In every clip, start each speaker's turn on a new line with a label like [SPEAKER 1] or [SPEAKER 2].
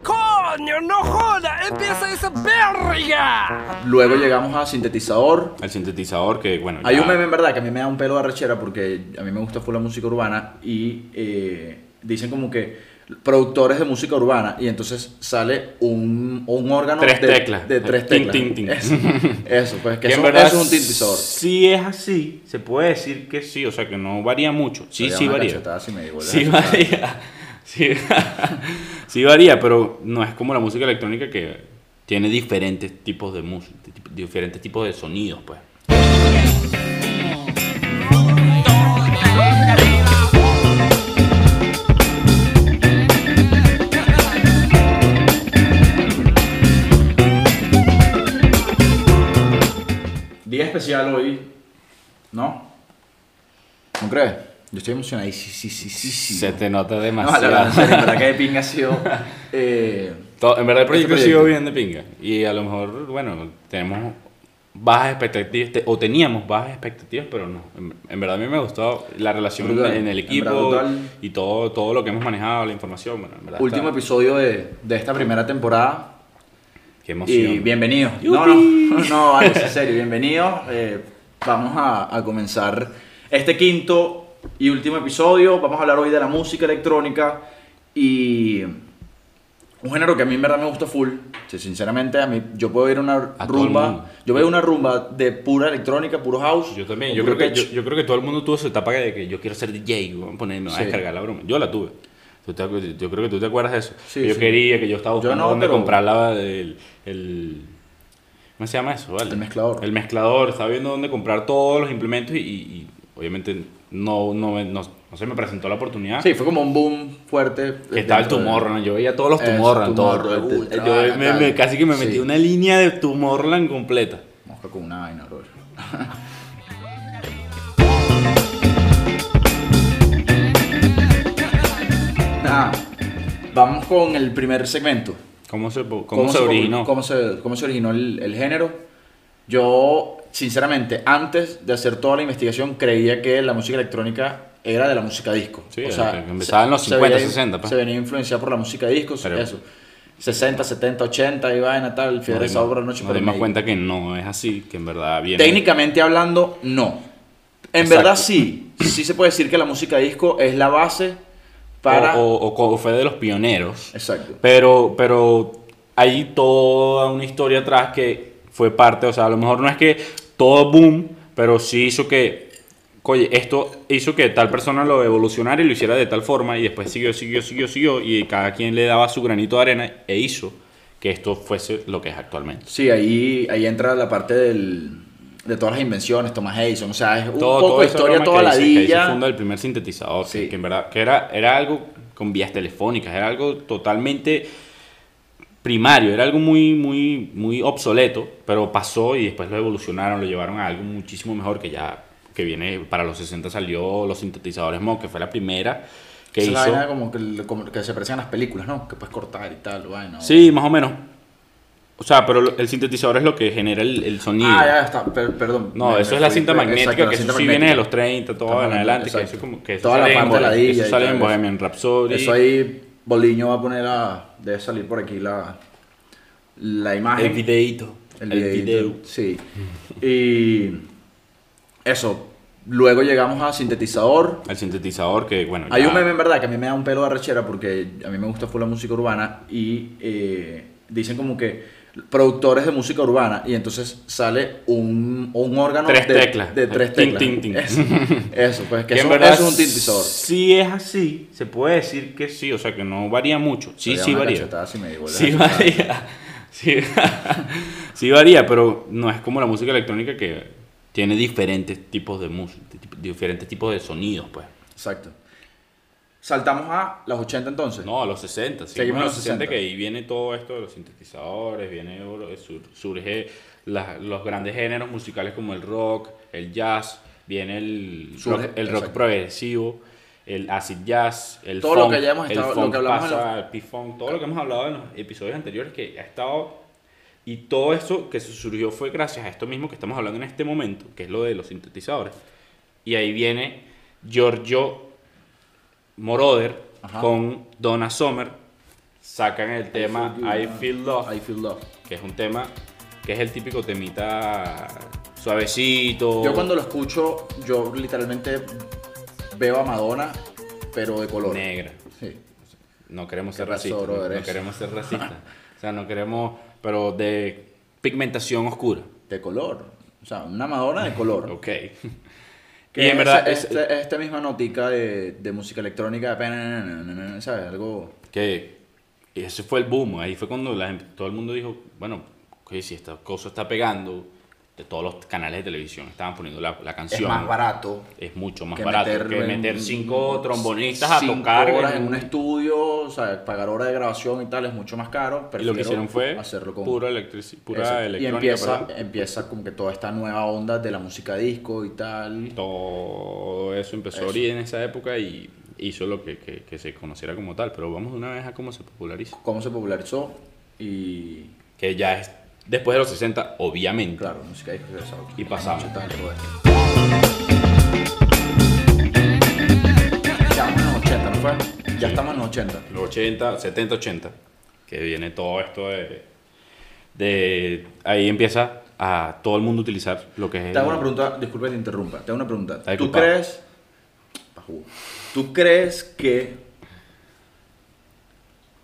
[SPEAKER 1] ¡Coño, no joda! ¡Empieza esa verga!
[SPEAKER 2] Luego llegamos a sintetizador.
[SPEAKER 3] El sintetizador que, bueno.
[SPEAKER 2] Hay
[SPEAKER 3] ya-
[SPEAKER 2] un meme en verdad que a mí me da un pelo de arrechera porque a mí me gusta full la música urbana y eh, dicen como que productores de música urbana y entonces sale un, un órgano
[SPEAKER 3] Tres
[SPEAKER 2] de,
[SPEAKER 3] teclas.
[SPEAKER 2] de tres
[SPEAKER 3] Tin,
[SPEAKER 2] teclas.
[SPEAKER 3] tin, tin.
[SPEAKER 2] Eso, eso, pues que
[SPEAKER 3] Que en
[SPEAKER 2] eso,
[SPEAKER 3] verdad
[SPEAKER 2] eso es un sintetizador.
[SPEAKER 3] Sí es así, se puede decir que sí, o sea que no varía mucho. Sí,
[SPEAKER 2] Sería
[SPEAKER 3] sí
[SPEAKER 2] una
[SPEAKER 3] varía.
[SPEAKER 2] cachetada si me digo,
[SPEAKER 3] Sí
[SPEAKER 2] ¿verdad?
[SPEAKER 3] varía. Sí, sí varía, pero no es como la música electrónica que tiene diferentes tipos de música, diferentes tipos de sonidos, pues.
[SPEAKER 2] Día especial hoy, ¿no? ¿No crees? Yo estoy emocionado. Sí, sí, sí, sí, sí.
[SPEAKER 3] Se te nota
[SPEAKER 2] No, la
[SPEAKER 3] demasiado.
[SPEAKER 2] verdad, en serio, en verdad que de pinga ha sido. eh,
[SPEAKER 3] To- en verdad el proyecto,
[SPEAKER 2] Este
[SPEAKER 3] siguió
[SPEAKER 2] proyecto.
[SPEAKER 3] bien de pinga. Y a lo mejor, bueno, tenemos bajas expectativas, te- o teníamos bajas expectativas, pero no. En, en verdad a mí me gustó la relación
[SPEAKER 2] Brutal.
[SPEAKER 3] en el
[SPEAKER 2] En verdad,
[SPEAKER 3] equipo
[SPEAKER 2] brutal.
[SPEAKER 3] y todo, todo lo que hemos manejado, la información. Bueno, en verdad
[SPEAKER 2] último
[SPEAKER 3] está-
[SPEAKER 2] episodio de, de esta primera temporada.
[SPEAKER 3] Qué emoción.
[SPEAKER 2] Y bienvenidos. No, no,
[SPEAKER 3] ¡Yupi!
[SPEAKER 2] no, Alex, en serio, bienvenidos. Eh, vamos a, a comenzar este quinto y último episodio. Vamos a hablar hoy de la música electrónica y un género que a mí en verdad me gusta full. Sí, sinceramente, a mí yo puedo ir a una
[SPEAKER 3] A todo el mundo.
[SPEAKER 2] rumba, yo veo una rumba de pura electrónica, puro house.
[SPEAKER 3] Yo también,
[SPEAKER 2] o
[SPEAKER 3] yo
[SPEAKER 2] puro
[SPEAKER 3] creo, que, yo,
[SPEAKER 2] tech.
[SPEAKER 3] yo creo que todo el mundo tuvo su etapa de que yo quiero ser DJ, voy a ponerme, voy a
[SPEAKER 2] Sí.
[SPEAKER 3] descargar la broma. Yo la tuve. Tú te acu- yo creo que tú te acuerdas de eso.
[SPEAKER 2] Sí,
[SPEAKER 3] Que yo
[SPEAKER 2] sí.
[SPEAKER 3] quería, que yo estaba
[SPEAKER 2] Yo
[SPEAKER 3] buscando
[SPEAKER 2] no,
[SPEAKER 3] dónde
[SPEAKER 2] pero-
[SPEAKER 3] comprar la, el, el- ¿Cómo se llama eso? vale?
[SPEAKER 2] El mezclador.
[SPEAKER 3] El mezclador, estaba viendo dónde comprar todos los implementos y, y- y obviamente no, no, me- no, no se me presentó la oportunidad.
[SPEAKER 2] Sí, fue como un boom fuerte.
[SPEAKER 3] Que estaba el
[SPEAKER 2] dentro de-
[SPEAKER 3] Tomorrowland, yo veía todos los
[SPEAKER 2] Eso,
[SPEAKER 3] Tomorrowland, todo.
[SPEAKER 2] Tomorrowland,
[SPEAKER 3] Uy,
[SPEAKER 2] te-
[SPEAKER 3] yo
[SPEAKER 2] trabaja,
[SPEAKER 3] me- me-
[SPEAKER 2] tal.
[SPEAKER 3] casi que me metí
[SPEAKER 2] Sí.
[SPEAKER 3] una línea de Tomorrowland completa.
[SPEAKER 2] Mosca con una vaina, brother. Nada, vamos con el primer segmento.
[SPEAKER 3] ¿Cómo se, cómo se originó?
[SPEAKER 2] ¿Cómo se, cómo se originó el, el género? Yo, sinceramente, antes de hacer toda la investigación, creía que la música electrónica era de la música disco.
[SPEAKER 3] Sí, que empezaba en los 50, 60, pues.
[SPEAKER 2] Se venía influenciada por la música disco,
[SPEAKER 3] Pero-
[SPEAKER 2] eso. 60, 70, 80, y vaina, tal, fiebre
[SPEAKER 3] Nos
[SPEAKER 2] de
[SPEAKER 3] dimos-
[SPEAKER 2] obra, noche
[SPEAKER 3] Nos
[SPEAKER 2] por el
[SPEAKER 3] dimos
[SPEAKER 2] medio.
[SPEAKER 3] cuenta que no es así, que en verdad viene.
[SPEAKER 2] Técnicamente hablando, no. En
[SPEAKER 3] Exacto.
[SPEAKER 2] verdad sí. Sí se puede decir que la música disco es la base para...
[SPEAKER 3] O, o- o co- fue de los pioneros.
[SPEAKER 2] Exacto.
[SPEAKER 3] Pero, pero hay toda una historia atrás que fue parte, o sea, a lo mejor no es que todo boom, pero sí hizo que, oye, esto hizo que tal persona lo evolucionara y lo hiciera de tal forma y después siguió, siguió, siguió, siguió y cada quien le daba su granito de arena e hizo que esto fuese lo que es actualmente.
[SPEAKER 2] Sí, ahí, ahí entra la parte del, de todas las invenciones, Thomas Edison. O sea, es un poco de
[SPEAKER 3] esa
[SPEAKER 2] historia,
[SPEAKER 3] broma
[SPEAKER 2] toda
[SPEAKER 3] que
[SPEAKER 2] la
[SPEAKER 3] dice- que dice
[SPEAKER 2] dilla.
[SPEAKER 3] funda el primer sintetizador,
[SPEAKER 2] Sí.
[SPEAKER 3] que, que en verdad que era, era algo con vías telefónicas, era algo totalmente primario, era algo muy, muy, muy obsoleto, pero pasó y después lo evolucionaron, lo llevaron a algo muchísimo mejor que ya que viene para los 60 salió los sintetizadores Moog, que fue la primera que
[SPEAKER 2] Esa es la
[SPEAKER 3] hizo.
[SPEAKER 2] vaina como que, como que se aprecian en las películas, ¿no? Que puedes cortar y tal, vaina.
[SPEAKER 3] Sí, más o menos. O sea, pero lo- el sintetizador es lo que genera el, el sonido.
[SPEAKER 2] Ah, ya está, per- perdón.
[SPEAKER 3] No,
[SPEAKER 2] Me-
[SPEAKER 3] eso
[SPEAKER 2] me
[SPEAKER 3] es la
[SPEAKER 2] fui,
[SPEAKER 3] cinta
[SPEAKER 2] pe-
[SPEAKER 3] magnética,
[SPEAKER 2] exacto, la
[SPEAKER 3] que
[SPEAKER 2] cinta
[SPEAKER 3] eso sí
[SPEAKER 2] magnética.
[SPEAKER 3] viene de los 30, todo
[SPEAKER 2] Estamos
[SPEAKER 3] en adelante, que
[SPEAKER 2] hablando,
[SPEAKER 3] eso, como, que eso
[SPEAKER 2] Toda la
[SPEAKER 3] sale, en,
[SPEAKER 2] parte de la
[SPEAKER 3] Bo-
[SPEAKER 2] dilla
[SPEAKER 3] eso
[SPEAKER 2] y
[SPEAKER 3] sale en
[SPEAKER 2] tal,
[SPEAKER 3] Bohemian Rhapsody.
[SPEAKER 2] Eso ahí Boliño va a poner a... Debe salir por aquí la, la imagen.
[SPEAKER 3] Ah, el videito.
[SPEAKER 2] El, video. Sí. Y eso. Luego llegamos a sintetizador.
[SPEAKER 3] El sintetizador que, bueno,
[SPEAKER 2] Hay
[SPEAKER 3] ya-
[SPEAKER 2] un meme en verdad que a mí me da un pelo de arrechera porque a mí me gusta full la música urbana y eh, dicen como que productores de música urbana y entonces sale un, un órgano
[SPEAKER 3] Tres
[SPEAKER 2] de,
[SPEAKER 3] teclas.
[SPEAKER 2] de tres
[SPEAKER 3] Tin,
[SPEAKER 2] teclas.
[SPEAKER 3] tin, tin.
[SPEAKER 2] Eso, eso, pues que
[SPEAKER 3] que en
[SPEAKER 2] eso,
[SPEAKER 3] verdad
[SPEAKER 2] eso es un sintetizador.
[SPEAKER 3] Sí es así, se puede decir que sí, o sea que no varía mucho. Sí,
[SPEAKER 2] Sería
[SPEAKER 3] sí
[SPEAKER 2] una
[SPEAKER 3] varía.
[SPEAKER 2] cachetada si me digo, la
[SPEAKER 3] Sí
[SPEAKER 2] cachetada.
[SPEAKER 3] varía. Sí, sí varía, pero no es como la música electrónica que tiene diferentes tipos de música, diferentes tipos de sonidos, pues.
[SPEAKER 2] Exacto. Saltamos a los 80 entonces.
[SPEAKER 3] No, a los 60. Sí,
[SPEAKER 2] Seguimos
[SPEAKER 3] a
[SPEAKER 2] en
[SPEAKER 3] los
[SPEAKER 2] los
[SPEAKER 3] 60.
[SPEAKER 2] 60.
[SPEAKER 3] que ahí viene todo esto de los sintetizadores, viene eh, sur- surge la- los grandes géneros musicales como el rock, el jazz, viene el
[SPEAKER 2] Surge,
[SPEAKER 3] rock, el rock
[SPEAKER 2] exacto.
[SPEAKER 3] progresivo, el acid jazz, el
[SPEAKER 2] Todo lo
[SPEAKER 3] funk,
[SPEAKER 2] que ya hemos
[SPEAKER 3] el
[SPEAKER 2] estado- lo
[SPEAKER 3] funk
[SPEAKER 2] que hablamos en
[SPEAKER 3] pasa
[SPEAKER 2] los-
[SPEAKER 3] al P-funk, todo lo que hemos hablado en los episodios anteriores que ha estado y todo eso que surgió fue gracias a esto mismo que estamos hablando en este momento, que es lo de los sintetizadores. Y ahí viene Giorgio Moroder
[SPEAKER 2] Ajá.
[SPEAKER 3] con Donna Summer, sacan el tema I Feel Love,
[SPEAKER 2] I Feel Love.
[SPEAKER 3] que es un tema que es el típico temita suavecito.
[SPEAKER 2] Yo cuando lo escucho, yo literalmente veo a Madonna, pero de color.
[SPEAKER 3] negra.
[SPEAKER 2] Sí.
[SPEAKER 3] No queremos ser
[SPEAKER 2] Qué razón,
[SPEAKER 3] racistas. No,
[SPEAKER 2] brother,
[SPEAKER 3] no
[SPEAKER 2] eso.
[SPEAKER 3] queremos ser racistas. o sea, no queremos, pero de pigmentación oscura.
[SPEAKER 2] De color. O sea, una Madonna de color.
[SPEAKER 3] Ok.
[SPEAKER 2] Que
[SPEAKER 3] y en verdad,
[SPEAKER 2] esa-
[SPEAKER 3] es,
[SPEAKER 2] esta, esta misma notica de, de música electrónica, ¿sabes? Algo.
[SPEAKER 3] que y ese fue el boom. Ahí fue cuando la gente- todo el mundo dijo, bueno, que si esta cosa está pegando, de todos los canales de televisión estaban poniendo la, la
[SPEAKER 2] Es
[SPEAKER 3] canción.
[SPEAKER 2] más barato.
[SPEAKER 3] Es mucho más
[SPEAKER 2] que
[SPEAKER 3] barato que
[SPEAKER 2] en-
[SPEAKER 3] meter cinco trombonistas
[SPEAKER 2] cinco
[SPEAKER 3] a tocar
[SPEAKER 2] horas en un estudio, o sea, pagar horas de grabación y tal es mucho más caro. Pero
[SPEAKER 3] y lo que hicieron fue
[SPEAKER 2] hacerlo con
[SPEAKER 3] pura, electrici- pura
[SPEAKER 2] Exacto.
[SPEAKER 3] electrónica.
[SPEAKER 2] Y empieza,
[SPEAKER 3] perdón.
[SPEAKER 2] empieza como que toda esta nueva onda de la música disco y tal.
[SPEAKER 3] Todo eso empezó
[SPEAKER 2] Eso.
[SPEAKER 3] Ori en esa época y hizo lo que, que- que se conociera como tal. Pero vamos de una vez a cómo se popularizó.
[SPEAKER 2] Cómo se popularizó y
[SPEAKER 3] Que ya es después de los 60, obviamente.
[SPEAKER 2] claro, música disco. o sea,
[SPEAKER 3] Y pasamos.
[SPEAKER 2] mucho tal, joder. Ya estamos en los 80, ¿no fue? Ya estamos en los 80.
[SPEAKER 3] Los 80, 70, 80. Que viene todo esto de... de- ahí empieza a todo el mundo utilizar lo que es...
[SPEAKER 2] Te hago
[SPEAKER 3] el-
[SPEAKER 2] una pregunta, disculpe que te interrumpa. Te hago una pregunta.
[SPEAKER 3] Ay,
[SPEAKER 2] ¿Tú
[SPEAKER 3] compadre.
[SPEAKER 2] crees. pa' jugo. ¿Tú crees que.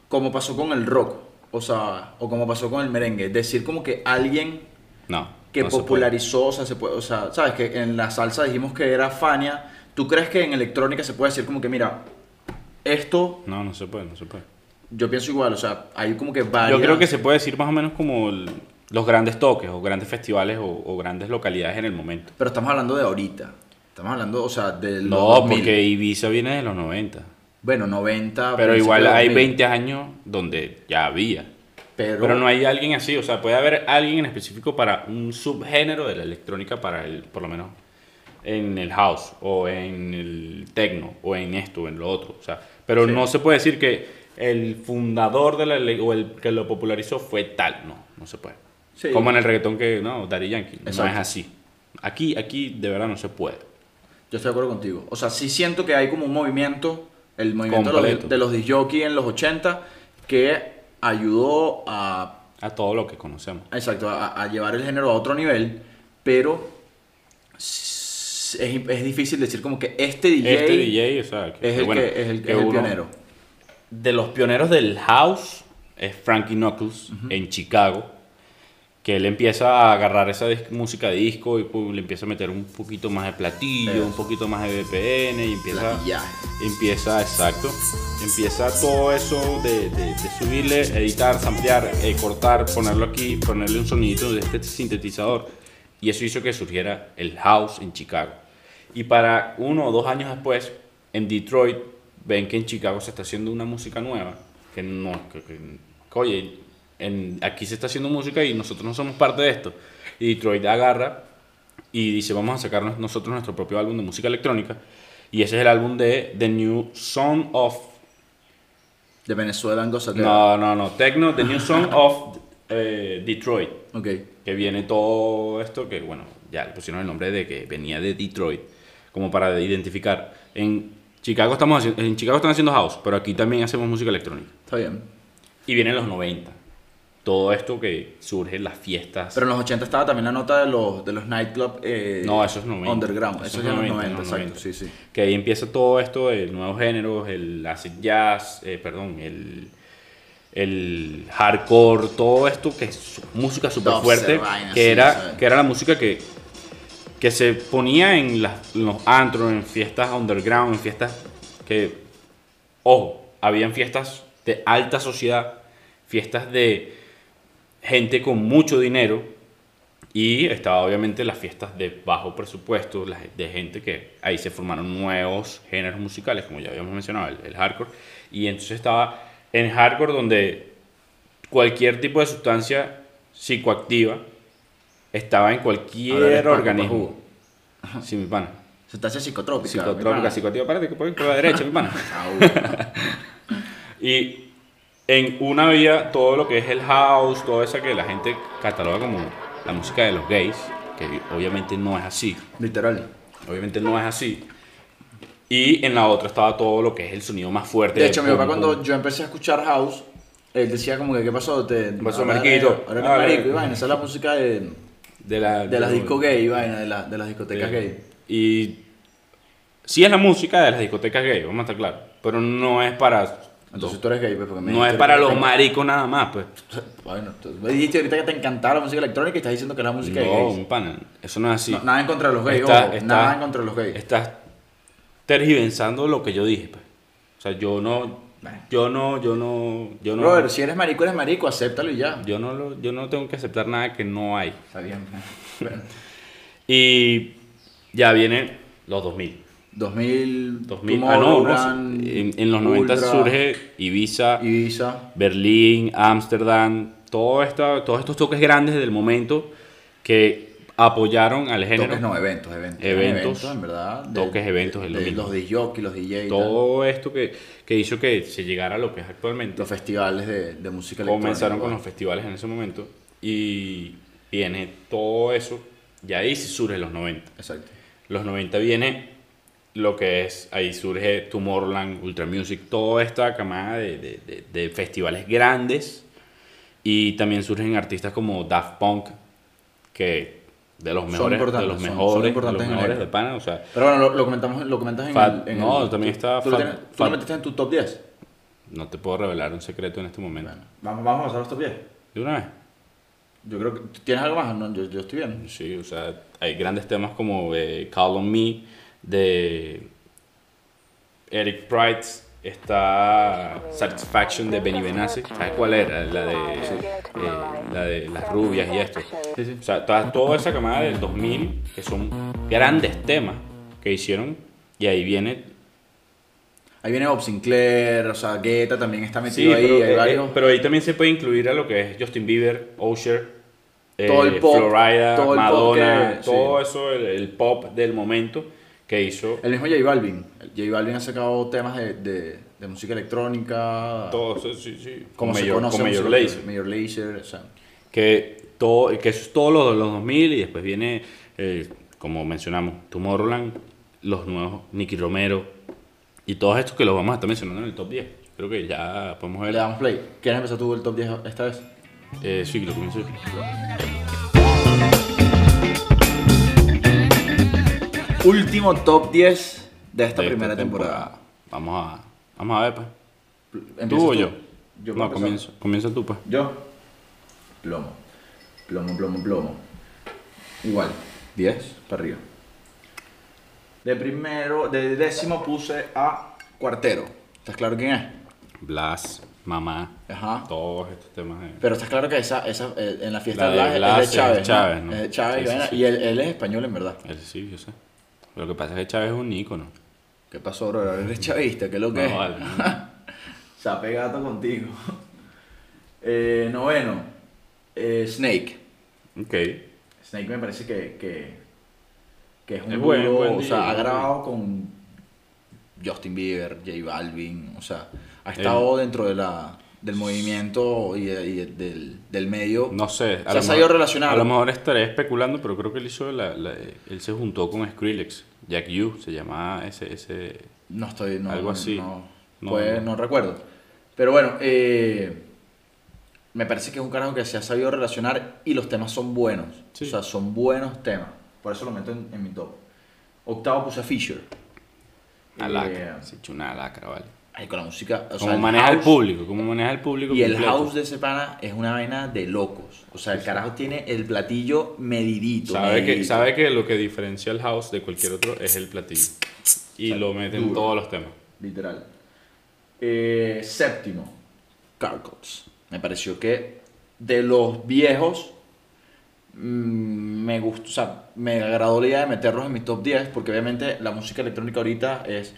[SPEAKER 2] Como pasó con el rock, o sea, o como pasó con el merengue, decir como que alguien
[SPEAKER 3] No.
[SPEAKER 2] que
[SPEAKER 3] no se puede.
[SPEAKER 2] popularizó, o sea, se puede, o sea, sabes que en la salsa dijimos que era Fania. ¿Tú crees que en electrónica se puede decir como que, mira, esto
[SPEAKER 3] No, no se puede, no se puede.
[SPEAKER 2] yo pienso igual, o sea, hay como que varias.
[SPEAKER 3] Yo creo que se puede decir más o menos como el- los grandes toques o grandes festivales o, o grandes localidades en el momento.
[SPEAKER 2] Pero estamos hablando de ahorita. Estamos hablando, o sea, del.
[SPEAKER 3] No, porque Ibiza viene de los 90.
[SPEAKER 2] Bueno, 90.
[SPEAKER 3] Pero
[SPEAKER 2] principio
[SPEAKER 3] igual
[SPEAKER 2] de
[SPEAKER 3] hay
[SPEAKER 2] 2000,
[SPEAKER 3] 20 años donde ya había.
[SPEAKER 2] Pero,
[SPEAKER 3] Pero no hay alguien así, o sea, puede haber alguien en específico para un subgénero de la electrónica, para el, por lo menos en el house, o en el techno, o en esto, o en lo otro. O sea, pero
[SPEAKER 2] Sí.
[SPEAKER 3] no se puede decir que el fundador de la ele- o el que lo popularizó fue tal. No, no se puede.
[SPEAKER 2] Sí.
[SPEAKER 3] Como en el reggaetón que, no, Daddy Yankee. No
[SPEAKER 2] Exacto.
[SPEAKER 3] es así. Aquí, aquí de verdad no se puede.
[SPEAKER 2] Yo estoy de acuerdo contigo. O sea, sí siento que hay como un movimiento, el movimiento de
[SPEAKER 3] Completo.
[SPEAKER 2] los, de los disjockey en los 80, que ayudó a,
[SPEAKER 3] A todo lo que conocemos.
[SPEAKER 2] exacto, a, a llevar el género a otro nivel, pero s- es, es difícil decir como que este DJ,
[SPEAKER 3] este DJ, o sea, que,
[SPEAKER 2] es, el
[SPEAKER 3] bueno,
[SPEAKER 2] que, es el,
[SPEAKER 3] que
[SPEAKER 2] es el
[SPEAKER 3] uno-
[SPEAKER 2] pionero.
[SPEAKER 3] de los pioneros del house es Frankie Knuckles en Chicago, que él empieza a agarrar esa dis- música de disco y pum, le empieza a meter un poquito más de platillo,
[SPEAKER 2] Eso.
[SPEAKER 3] un poquito más de BPM y empieza,
[SPEAKER 2] Platillaje.
[SPEAKER 3] empieza, exacto, empieza todo eso de, de- de subirle, editar, samplear, eh, cortar, ponerlo aquí, ponerle un sonidito de este sintetizador y eso hizo que surgiera el house en Chicago. Y para uno o dos años después, en Detroit, ven que en Chicago se está haciendo una música nueva. Que no, que, que- que, oye, en- aquí se está haciendo música y nosotros no somos parte de esto. Y Detroit agarra y dice, vamos a sacarnos nosotros nuestro propio álbum de música electrónica. Y ese es el álbum de The New Song of...
[SPEAKER 2] De Venezuela en Gozatera.
[SPEAKER 3] No, no, no, Techno, The New Song of eh, Detroit
[SPEAKER 2] Ok.
[SPEAKER 3] que viene todo esto, que bueno, ya le pusieron el nombre de que venía de Detroit, como para identificar. En Chicago, estamos haci- en Chicago están haciendo house, pero aquí también hacemos música electrónica.
[SPEAKER 2] Está bien.
[SPEAKER 3] Y vienen los 90. Todo esto que surge en las fiestas.
[SPEAKER 2] Pero en los 80 estaba también la nota de los, de los nightclub eh,
[SPEAKER 3] no, eso es 90.
[SPEAKER 2] underground. Eso,
[SPEAKER 3] es
[SPEAKER 2] ya en los 90,
[SPEAKER 3] 90,
[SPEAKER 2] exacto.
[SPEAKER 3] 90.
[SPEAKER 2] Sí, sí.
[SPEAKER 3] Que ahí empieza todo esto de nuevos géneros, el acid jazz, eh, perdón, el, el hardcore, todo esto que es su- música súper fuerte,
[SPEAKER 2] Dubstep, vaina,
[SPEAKER 3] que,
[SPEAKER 2] sí,
[SPEAKER 3] era,
[SPEAKER 2] ¿sabes?
[SPEAKER 3] que era la música que, que se ponía en, las- en los antros, en fiestas underground, en fiestas que, ojo, habían fiestas de alta sociedad, fiestas de gente con mucho dinero, y estaba obviamente las fiestas de bajo presupuesto, las de gente que ahí se formaron nuevos géneros musicales, como ya habíamos mencionado, el, el hardcore. Y entonces estaba en hardcore donde cualquier tipo de sustancia psicoactiva estaba
[SPEAKER 2] Ahora
[SPEAKER 3] en
[SPEAKER 2] eres
[SPEAKER 3] cualquier
[SPEAKER 2] Paco,
[SPEAKER 3] organismo. Sí, mi pana.
[SPEAKER 2] Sustancia psicotrópica. Ah, mi
[SPEAKER 3] Psicotrópica,
[SPEAKER 2] pana.
[SPEAKER 3] psicoactiva, espérate que puedo ir por la derecha, mi pana.
[SPEAKER 2] Au.
[SPEAKER 3] Y en una había todo lo que es el house, todo eso que la gente cataloga como la música de los gays, que obviamente no es así.
[SPEAKER 2] Literal.
[SPEAKER 3] Obviamente no es así. Y en la otra estaba todo lo que es el sonido más fuerte.
[SPEAKER 2] De hecho, mi
[SPEAKER 3] Pum,
[SPEAKER 2] papá
[SPEAKER 3] pum.
[SPEAKER 2] cuando yo empecé a escuchar house, Él decía como que, ¿qué pasó? Te,
[SPEAKER 3] ¿Qué pasó,
[SPEAKER 2] ahora
[SPEAKER 3] mariquito?
[SPEAKER 2] eres- Ahora eres
[SPEAKER 3] Ah, vale.
[SPEAKER 2] marico, y vaina. Esa es la música de,
[SPEAKER 3] De, la,
[SPEAKER 2] de las discos gay, y vaina, de, la- de las discotecas
[SPEAKER 3] Sí.
[SPEAKER 2] gay.
[SPEAKER 3] Y sí es la música de las discotecas gay, vamos a estar claros. Pero no es para.
[SPEAKER 2] Entonces tú eres gay, pues, porque me
[SPEAKER 3] no
[SPEAKER 2] dijiste
[SPEAKER 3] es para
[SPEAKER 2] ahorita
[SPEAKER 3] los
[SPEAKER 2] que-
[SPEAKER 3] maricos nada más, pues.
[SPEAKER 2] Bueno, tú me dijiste ahorita que te encantaba la música electrónica y estás diciendo que es la música de
[SPEAKER 3] No,
[SPEAKER 2] gays.
[SPEAKER 3] un pana. Eso no es así.
[SPEAKER 2] No, nada en contra de los gays,
[SPEAKER 3] Está-
[SPEAKER 2] ojo,
[SPEAKER 3] está-
[SPEAKER 2] nada en contra de los gays.
[SPEAKER 3] Estás tergiversando lo que yo dije, pues. O sea, yo no.
[SPEAKER 2] Bueno.
[SPEAKER 3] Yo no, yo no, yo no.
[SPEAKER 2] Brother, si eres marico, eres marico, acéptalo y ya.
[SPEAKER 3] Yo no, lo- yo no tengo que aceptar nada que no hay.
[SPEAKER 2] Está bien.
[SPEAKER 3] Y ya vienen los 2000.
[SPEAKER 2] 2000,
[SPEAKER 3] 2000 ah, no, no,
[SPEAKER 2] Tomorrowland,
[SPEAKER 3] en, en los 90
[SPEAKER 2] Ultra,
[SPEAKER 3] surge Ibiza,
[SPEAKER 2] Ibiza.
[SPEAKER 3] Berlín, Ámsterdam, todo esta- todos estos toques grandes del momento que apoyaron al género.
[SPEAKER 2] Toques, no, eventos, eventos.
[SPEAKER 3] Eventos.
[SPEAKER 2] en verdad. de-
[SPEAKER 3] Toques, eventos, es lo
[SPEAKER 2] de
[SPEAKER 3] mismo.
[SPEAKER 2] Los disjockeys, los DJs, y tal,
[SPEAKER 3] todo esto que, que hizo que se llegara a lo que es actualmente.
[SPEAKER 2] los festivales de, de música electrónica.
[SPEAKER 3] Comenzaron con los festivales en ese momento y viene todo eso. Y ahí sí surge los 90.
[SPEAKER 2] Exacto.
[SPEAKER 3] Los 90 viene lo que es, ahí surge Tomorrowland, Ultra Music, toda esta camada de, de- de- de festivales grandes. Y también surgen artistas como Daft Punk, que de los mejores, de
[SPEAKER 2] importantes,
[SPEAKER 3] los
[SPEAKER 2] son- son
[SPEAKER 3] mejores, de
[SPEAKER 2] importantes
[SPEAKER 3] los
[SPEAKER 2] en
[SPEAKER 3] mejores
[SPEAKER 2] el-
[SPEAKER 3] de pana, o sea,
[SPEAKER 2] Pero bueno, lo, lo comentamos, lo comentas en
[SPEAKER 3] Fat-
[SPEAKER 2] el, en
[SPEAKER 3] no,
[SPEAKER 2] el-
[SPEAKER 3] también está
[SPEAKER 2] Tú, lo
[SPEAKER 3] Fat-
[SPEAKER 2] tienes- tú lo
[SPEAKER 3] Fat-
[SPEAKER 2] metiste en tu top 10.
[SPEAKER 3] no te puedo revelar un secreto en este momento.
[SPEAKER 2] Bueno, vamos, vamos a pasar a los top 10.
[SPEAKER 3] ¿De una vez?
[SPEAKER 2] Yo creo que. ¿Tienes algo más? No, yo, yo estoy bien.
[SPEAKER 3] Sí, o sea, hay grandes temas como eh, Call on Me de Eric Price, está Satisfaction de Benny Benassi, ¿sabes cuál era? La de, eh, la de las rubias y esto.
[SPEAKER 2] Sí, sí.
[SPEAKER 3] O sea, toda, toda esa camada del 2000 que son grandes temas que hicieron y ahí viene...
[SPEAKER 2] Ahí viene Bob Sinclair, o sea, Guetta también está metido
[SPEAKER 3] Sí,
[SPEAKER 2] ahí,
[SPEAKER 3] pero,
[SPEAKER 2] hay
[SPEAKER 3] eh,
[SPEAKER 2] varios.
[SPEAKER 3] eh, pero ahí también se puede incluir a lo que es Justin Bieber, Usher, eh,
[SPEAKER 2] Todo el pop,
[SPEAKER 3] Florida,
[SPEAKER 2] todo el pop
[SPEAKER 3] Madonna,
[SPEAKER 2] que- sí.
[SPEAKER 3] todo eso, el, el pop del momento que hizo
[SPEAKER 2] El mismo J Balvin. J Balvin ha sacado temas de, de, de música electrónica.
[SPEAKER 3] todo eso, sí, sí,
[SPEAKER 2] Como
[SPEAKER 3] con
[SPEAKER 2] se
[SPEAKER 3] Major,
[SPEAKER 2] conoce.
[SPEAKER 3] con Major
[SPEAKER 2] música-
[SPEAKER 3] Lazer.
[SPEAKER 2] Major Lazer, o sea.
[SPEAKER 3] que todo, que eso es todo lo de los 2000 y después viene, eh, como mencionamos, Tomorrowland, los nuevos, Nicky Romero y todos estos que los vamos a estar mencionando en el top 10. Creo que ya podemos
[SPEAKER 2] Le
[SPEAKER 3] ver.
[SPEAKER 2] damos play. ¿Quieres empezar tú el top 10 esta vez?
[SPEAKER 3] Eh, sí, lo comienzo.
[SPEAKER 2] Último top 10 de esta
[SPEAKER 3] de esta
[SPEAKER 2] primera temporada.
[SPEAKER 3] Vamos a, vamos a ver, pues.
[SPEAKER 2] ¿Empiezas
[SPEAKER 3] ¿Tú o
[SPEAKER 2] Yo
[SPEAKER 3] yo? no,
[SPEAKER 2] puedo empezar.
[SPEAKER 3] comienzo, comienza tú, pues.
[SPEAKER 2] Yo. Plomo. Plomo, plomo, plomo. Igual. 10 para arriba. De primero, de décimo puse a Cuartero. ¿Estás claro quién es?
[SPEAKER 3] Blas, mamá,
[SPEAKER 2] Ajá.
[SPEAKER 3] todos estos temas. de-
[SPEAKER 2] Pero estás claro que esa, esa, eh, en la fiesta
[SPEAKER 3] La de
[SPEAKER 2] de Blas
[SPEAKER 3] Blas
[SPEAKER 2] es de Chávez.
[SPEAKER 3] es Chávez,
[SPEAKER 2] ¿no?
[SPEAKER 3] ¿no?
[SPEAKER 2] Es de Chávez,
[SPEAKER 3] Sí, sí,
[SPEAKER 2] vaina,
[SPEAKER 3] sí.
[SPEAKER 2] y él, él es español en verdad.
[SPEAKER 3] Él sí, yo sé. Lo que pasa es que Chávez es un ícono.
[SPEAKER 2] ¿Qué pasó, bro? Eres chavista, ¿qué es lo que
[SPEAKER 3] No,
[SPEAKER 2] es?
[SPEAKER 3] vale.
[SPEAKER 2] Se ha pegado contigo. Eh, noveno, eh, Snake.
[SPEAKER 3] Ok.
[SPEAKER 2] Snake me parece que, que, que es un
[SPEAKER 3] Es buen-
[SPEAKER 2] dúo,
[SPEAKER 3] buen
[SPEAKER 2] o
[SPEAKER 3] DJ,
[SPEAKER 2] sea, ha
[SPEAKER 3] buen
[SPEAKER 2] grabado con Justin Bieber, J Balvin, o sea, ha estado dentro de la, del movimiento y, de- y de- del, del medio.
[SPEAKER 3] No sé.
[SPEAKER 2] Se ha
[SPEAKER 3] lo
[SPEAKER 2] sabido
[SPEAKER 3] mejor-
[SPEAKER 2] relacionar.
[SPEAKER 3] A lo mejor estaré especulando, pero creo que él hizo la, la- él se juntó con Skrillex. Jack U se llamaba ese, ese.
[SPEAKER 2] No estoy, no,
[SPEAKER 3] Algo así.
[SPEAKER 2] No,
[SPEAKER 3] No,
[SPEAKER 2] pues,
[SPEAKER 3] no.
[SPEAKER 2] no recuerdo. Pero bueno, eh, me parece que es un carajo que se ha sabido relacionar y los temas son buenos.
[SPEAKER 3] Sí.
[SPEAKER 2] O sea, son buenos temas. Por eso lo meto en, en mi top. Octavo puse a Fisher.
[SPEAKER 3] Alacra. Se echó una alacra, vale.
[SPEAKER 2] Ahí con la música. O sea,
[SPEAKER 3] ¿Cómo maneja el
[SPEAKER 2] house
[SPEAKER 3] público? ¿Cómo maneja el público?
[SPEAKER 2] Y el
[SPEAKER 3] completo?
[SPEAKER 2] house de ese pana es una vaina de locos. O sea, el carajo tiene el platillo medidito.
[SPEAKER 3] Sabe que,
[SPEAKER 2] medidito.
[SPEAKER 3] sabe que lo que diferencia el house de cualquier otro es el platillo. Y lo meten en
[SPEAKER 2] duro.
[SPEAKER 3] todos los temas.
[SPEAKER 2] Literal. Eh, séptimo, Carcots. Me pareció que de los viejos mm, me gustó, o sea, me agradó la idea de meterlos en mi top 10 porque obviamente la música electrónica ahorita es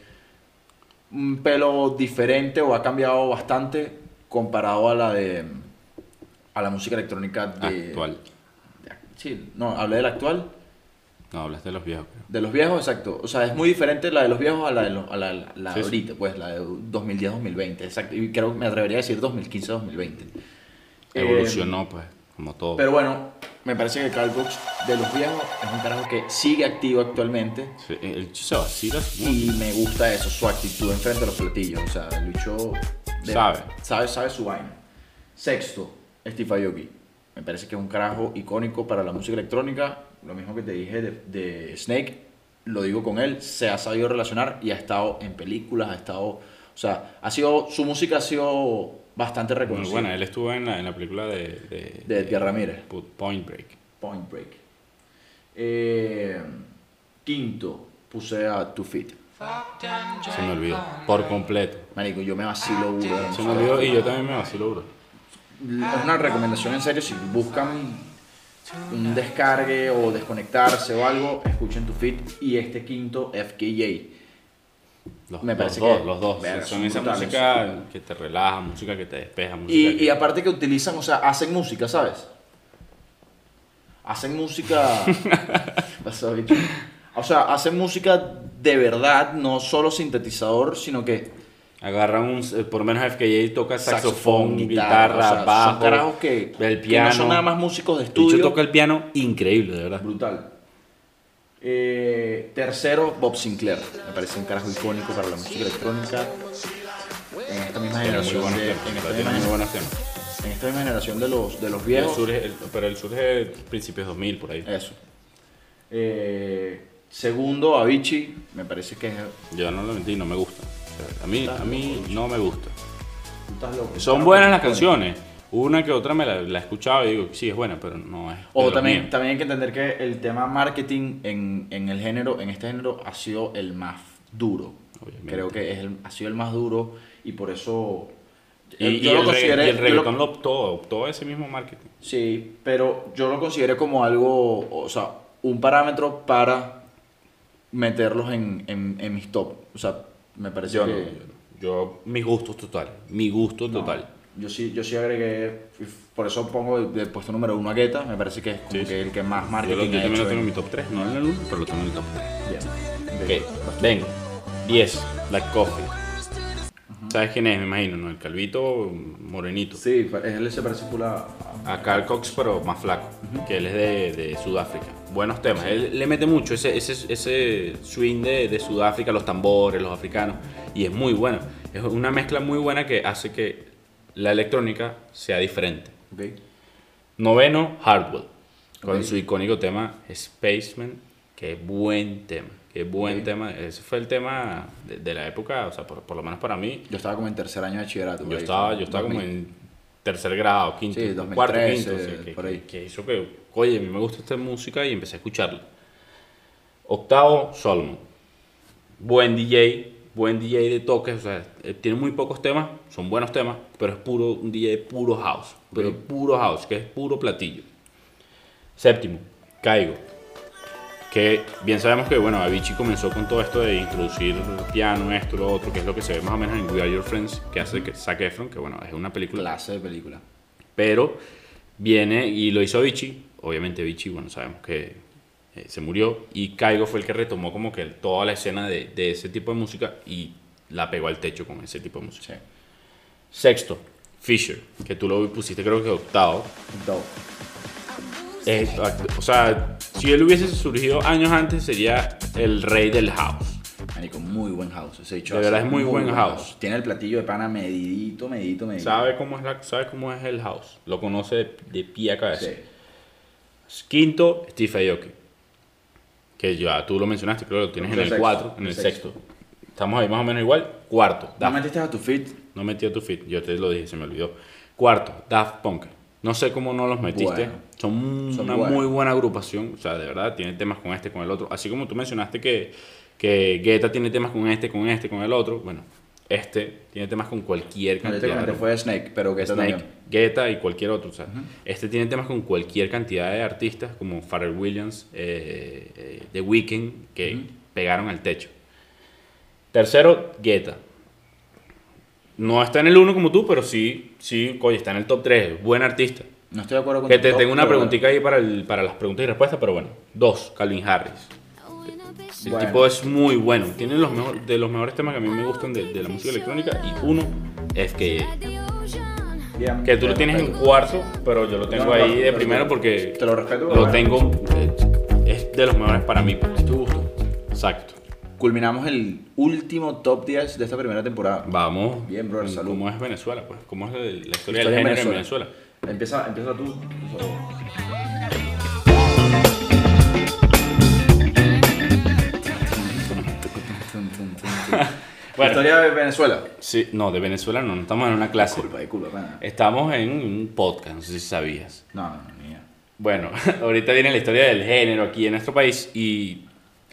[SPEAKER 2] un pelo diferente o ha cambiado bastante comparado a la de a la música electrónica de
[SPEAKER 3] Ah, Actual.
[SPEAKER 2] de- sí, no, hablé de la actual.
[SPEAKER 3] No, hablaste de los viejos, creo.
[SPEAKER 2] De los viejos, exacto. O sea, es muy diferente la de los viejos a la de, los- a la, la- la
[SPEAKER 3] Sí, sí.
[SPEAKER 2] ahorita, pues, la de 2010-2020. Exacto. Y creo que me atrevería a decir 2015-2020. Eh,
[SPEAKER 3] Evolucionó, pues, como todo.
[SPEAKER 2] pero bueno, me parece que Carl Cox de los viejos es un carajo que sigue activo actualmente.
[SPEAKER 3] Sí, el chico se vacila. supongo.
[SPEAKER 2] Y me gusta eso, su actitud enfrente a los platillos. O sea, el bicho de-
[SPEAKER 3] Sabe.
[SPEAKER 2] sabe. Sabe su vaina. Sexto, Steve Aoki. Me parece que es un carajo icónico para la música electrónica. Lo mismo que te dije de, de Snake, lo digo con él. Se ha sabido relacionar y ha estado en películas, ha estado. O sea, ha sido, su música ha sido bastante
[SPEAKER 3] Muy
[SPEAKER 2] reconocida.
[SPEAKER 3] buena, él estuvo en la, en la película de, de,
[SPEAKER 2] De Edgar Ramírez.
[SPEAKER 3] Point Break.
[SPEAKER 2] Point Break. Eh, quinto, puse a Two Feet.
[SPEAKER 3] Se me olvidó, por completo.
[SPEAKER 2] Marico, yo me vacilo burda.
[SPEAKER 3] Se me olvidó y yo también me vacilo, bro.
[SPEAKER 2] Es una recomendación en serio, si buscan un descargue o desconectarse o algo, escuchen tu feed y este quinto FKJ.
[SPEAKER 3] Los,
[SPEAKER 2] Me
[SPEAKER 3] los
[SPEAKER 2] parece
[SPEAKER 3] dos,
[SPEAKER 2] que-
[SPEAKER 3] los dos.
[SPEAKER 2] verga,
[SPEAKER 3] son esa
[SPEAKER 2] brutales.
[SPEAKER 3] música que te relaja, música que te despeja, música
[SPEAKER 2] Y,
[SPEAKER 3] que...
[SPEAKER 2] y aparte que utilizan, o sea, hacen música, ¿sabes? Hacen música... Pasó, bicho. o sea, hacen música de verdad, no solo sintetizador, sino que
[SPEAKER 3] Agarran un, eh, por lo menos FKJ toca saxofón, guitarra,
[SPEAKER 2] o sea, son
[SPEAKER 3] bajo,
[SPEAKER 2] carajos que, que
[SPEAKER 3] el piano.
[SPEAKER 2] no son nada más músicos de
[SPEAKER 3] El bicho
[SPEAKER 2] estudio.
[SPEAKER 3] toca el piano increíble, de verdad.
[SPEAKER 2] Brutal. Eh, tercero, Bob Sinclair. Me parece un carajo icónico para la música electrónica. En esta misma
[SPEAKER 3] Tiene muy
[SPEAKER 2] generación
[SPEAKER 3] buenos
[SPEAKER 2] de, en este
[SPEAKER 3] temas,
[SPEAKER 2] esta misma
[SPEAKER 3] ¿verdad? tiene muy
[SPEAKER 2] generación-
[SPEAKER 3] buenos temas.
[SPEAKER 2] en esta misma generación de los, de los
[SPEAKER 3] Él
[SPEAKER 2] viejos.
[SPEAKER 3] surge- él- pero él surge principios 2000, por ahí.
[SPEAKER 2] Eso. Eh, segundo, Avicii. Me parece que es.
[SPEAKER 3] Yo no lo mentí, no me gusta. A mí, a mí no me gusta.
[SPEAKER 2] tú estás loco,
[SPEAKER 3] Son
[SPEAKER 2] carajo,
[SPEAKER 3] buenas las
[SPEAKER 2] icónico.
[SPEAKER 3] canciones. Una que otra me la, la he escuchado y digo, sí, es buena, pero no es. de
[SPEAKER 2] O
[SPEAKER 3] lo
[SPEAKER 2] también,
[SPEAKER 3] mío.
[SPEAKER 2] también hay que entender que el tema marketing en, en el género, en este género, ha sido el más duro.
[SPEAKER 3] Obviamente.
[SPEAKER 2] Creo que es el- ha sido el más duro y por eso
[SPEAKER 3] Y,
[SPEAKER 2] eh,
[SPEAKER 3] y el, regga-
[SPEAKER 2] consideré-
[SPEAKER 3] y el
[SPEAKER 2] yo lo-
[SPEAKER 3] reggaetón lo optó, optó ese mismo marketing.
[SPEAKER 2] sí, pero yo lo consideré como algo, o sea, un parámetro para meterlos en, en, en mis top. O sea, me pareció
[SPEAKER 3] Yo, no,
[SPEAKER 2] que...
[SPEAKER 3] yo, yo- mis gustos totales. Mi gusto total.
[SPEAKER 2] Yo sí, yo sí agregué, por eso pongo de, de puesto número uno a Guetta, me parece que es como
[SPEAKER 3] Sí,
[SPEAKER 2] que
[SPEAKER 3] sí.
[SPEAKER 2] el que más
[SPEAKER 3] Yo,
[SPEAKER 2] marketing
[SPEAKER 3] lo- yo
[SPEAKER 2] ha
[SPEAKER 3] también
[SPEAKER 2] hecho
[SPEAKER 3] lo tengo
[SPEAKER 2] en-
[SPEAKER 3] en mi top 3, no en el 1, pero lo tengo en el top 3.
[SPEAKER 2] Bien.
[SPEAKER 3] Ok, vengo. 10, Black Coffee. ¿Sabes quién es? Me imagino, ¿no? El calvito morenito.
[SPEAKER 2] Sí, pa- él se parece full a-
[SPEAKER 3] A Carl Cox, pero más flaco, que él es de, de Sudáfrica. Buenos temas. Él le mete mucho ese, ese, ese swing de, de Sudáfrica, los tambores, los africanos. Y es muy bueno. Es una mezcla muy buena que hace que la electrónica sea diferente.
[SPEAKER 2] Ok.
[SPEAKER 3] Noveno, Hardwell. Con
[SPEAKER 2] Ok.
[SPEAKER 3] su icónico tema Spaceman. Qué buen tema. Qué buen tema. Ese fue el tema de, de la época, o sea, por, por lo menos para mí.
[SPEAKER 2] Yo estaba como en tercer año de bachillerato. por
[SPEAKER 3] Yo
[SPEAKER 2] ahí.
[SPEAKER 3] estaba, yo estaba como
[SPEAKER 2] 2000.
[SPEAKER 3] en tercer grado, quinto,
[SPEAKER 2] Sí, 2013,
[SPEAKER 3] cuarto, quinto. o sea, que,
[SPEAKER 2] por ahí.
[SPEAKER 3] que- que hizo que, oye, a mí me gusta esta música y empecé a escucharla. Octavo, Solomon. Buen DJ, buen DJ de toques, o sea, eh, tiene muy pocos temas, son buenos temas, pero es puro, un DJ puro house, pero
[SPEAKER 2] Ok.
[SPEAKER 3] puro house, que es puro platillo. Séptimo, Caigo. Que bien sabemos que, bueno, Avicii comenzó con todo esto de introducir piano, esto, lo otro, que es lo que se ve más o menos en We Are Your Friends, que hace que Zac Efron, que bueno, es una película.
[SPEAKER 2] Clase de película.
[SPEAKER 3] Pero viene y lo hizo Avicii. Obviamente Avicii, bueno, sabemos que eh, se murió. Y Caigo fue el que retomó como que toda la escena de, de ese tipo de música y la pegó al techo con ese tipo de música.
[SPEAKER 2] Sí.
[SPEAKER 3] Sexto, Fisher, que tú lo pusiste creo que octavo.
[SPEAKER 2] Dope.
[SPEAKER 3] Eh, o sea, si él hubiese surgido años antes, sería el rey del house.
[SPEAKER 2] Marico, muy buen house. Ese dicho
[SPEAKER 3] De
[SPEAKER 2] hace
[SPEAKER 3] verdad es muy buen house.
[SPEAKER 2] Tiene el platillo de pana medidito, medidito, medidito.
[SPEAKER 3] Sabe cómo es, la, sabe cómo es el house. Lo conoce de, de pie a cabeza.
[SPEAKER 2] Sí.
[SPEAKER 3] Quinto, Steve Aoki. Que ya tú lo mencionaste, creo que lo tienes
[SPEAKER 2] El
[SPEAKER 3] en el
[SPEAKER 2] sexto,
[SPEAKER 3] 4, en
[SPEAKER 2] el
[SPEAKER 3] el sexto. Estamos ahí más o menos igual. Cuarto,
[SPEAKER 2] No
[SPEAKER 3] Daft.
[SPEAKER 2] metiste a tu fit.
[SPEAKER 3] No metí a tu fit, yo te lo dije, se me olvidó. Cuarto, Daft Punk. No sé cómo no los metiste.
[SPEAKER 2] Bueno.
[SPEAKER 3] son un-
[SPEAKER 2] Son
[SPEAKER 3] una
[SPEAKER 2] buenos.
[SPEAKER 3] muy buena agrupación. O sea, de verdad, tienen temas con este, con el otro. Así como tú mencionaste que, que Guetta tiene temas con este, con este, con el otro. Bueno, este tiene temas con cualquier
[SPEAKER 2] No
[SPEAKER 3] cantidad.
[SPEAKER 2] te
[SPEAKER 3] de
[SPEAKER 2] comenté,
[SPEAKER 3] artistas.
[SPEAKER 2] fue Snake, pero que
[SPEAKER 3] Snake,
[SPEAKER 2] también.
[SPEAKER 3] Guetta y cualquier otro. o sea, Este tiene temas con cualquier cantidad de artistas como Pharrell Williams, eh, eh, The Weeknd, que pegaron al techo. Tercero, Guetta. No está en el 1 como tú, pero sí, sí, coño, está en el top 3. Buen artista.
[SPEAKER 2] No estoy de acuerdo con
[SPEAKER 3] Que
[SPEAKER 2] tu
[SPEAKER 3] te
[SPEAKER 2] top,
[SPEAKER 3] tengo una
[SPEAKER 2] pero
[SPEAKER 3] preguntita ahí para, el- para las preguntas y respuestas, pero bueno. Dos, Calvin Harris. El
[SPEAKER 2] Bueno.
[SPEAKER 3] tipo es muy bueno. Tiene los mejor- de los mejores temas que a mí me gustan de, de la música electrónica. Y uno, FKA.
[SPEAKER 2] bueno. Bien,
[SPEAKER 3] Que tú
[SPEAKER 2] te
[SPEAKER 3] lo tienes en
[SPEAKER 2] respeto.
[SPEAKER 3] cuarto, pero yo lo tengo ahí de primero porque
[SPEAKER 2] Te lo respeto.
[SPEAKER 3] lo
[SPEAKER 2] bueno.
[SPEAKER 3] tengo. eh, Es de los mejores para mí.
[SPEAKER 2] Es tu gusto.
[SPEAKER 3] Exacto.
[SPEAKER 2] culminamos el último top 10 de esta primera temporada.
[SPEAKER 3] Vamos.
[SPEAKER 2] Bien, brother, salud.
[SPEAKER 3] ¿Cómo es Venezuela? Pues? ¿Cómo es el- la historia
[SPEAKER 2] Historia
[SPEAKER 3] del
[SPEAKER 2] en
[SPEAKER 3] género en
[SPEAKER 2] Venezuela.
[SPEAKER 3] Venezuela?
[SPEAKER 2] Empieza, empieza tú.
[SPEAKER 3] Bueno.
[SPEAKER 2] Historia de Venezuela.
[SPEAKER 3] Sí, no, de Venezuela no, no estamos en una clase.
[SPEAKER 2] Disculpa, disculpa, pana.
[SPEAKER 3] Eh, Estamos en un podcast, no sé si sabías.
[SPEAKER 2] No, no, no, mía.
[SPEAKER 3] Bueno, ahorita viene la historia del género aquí en nuestro país y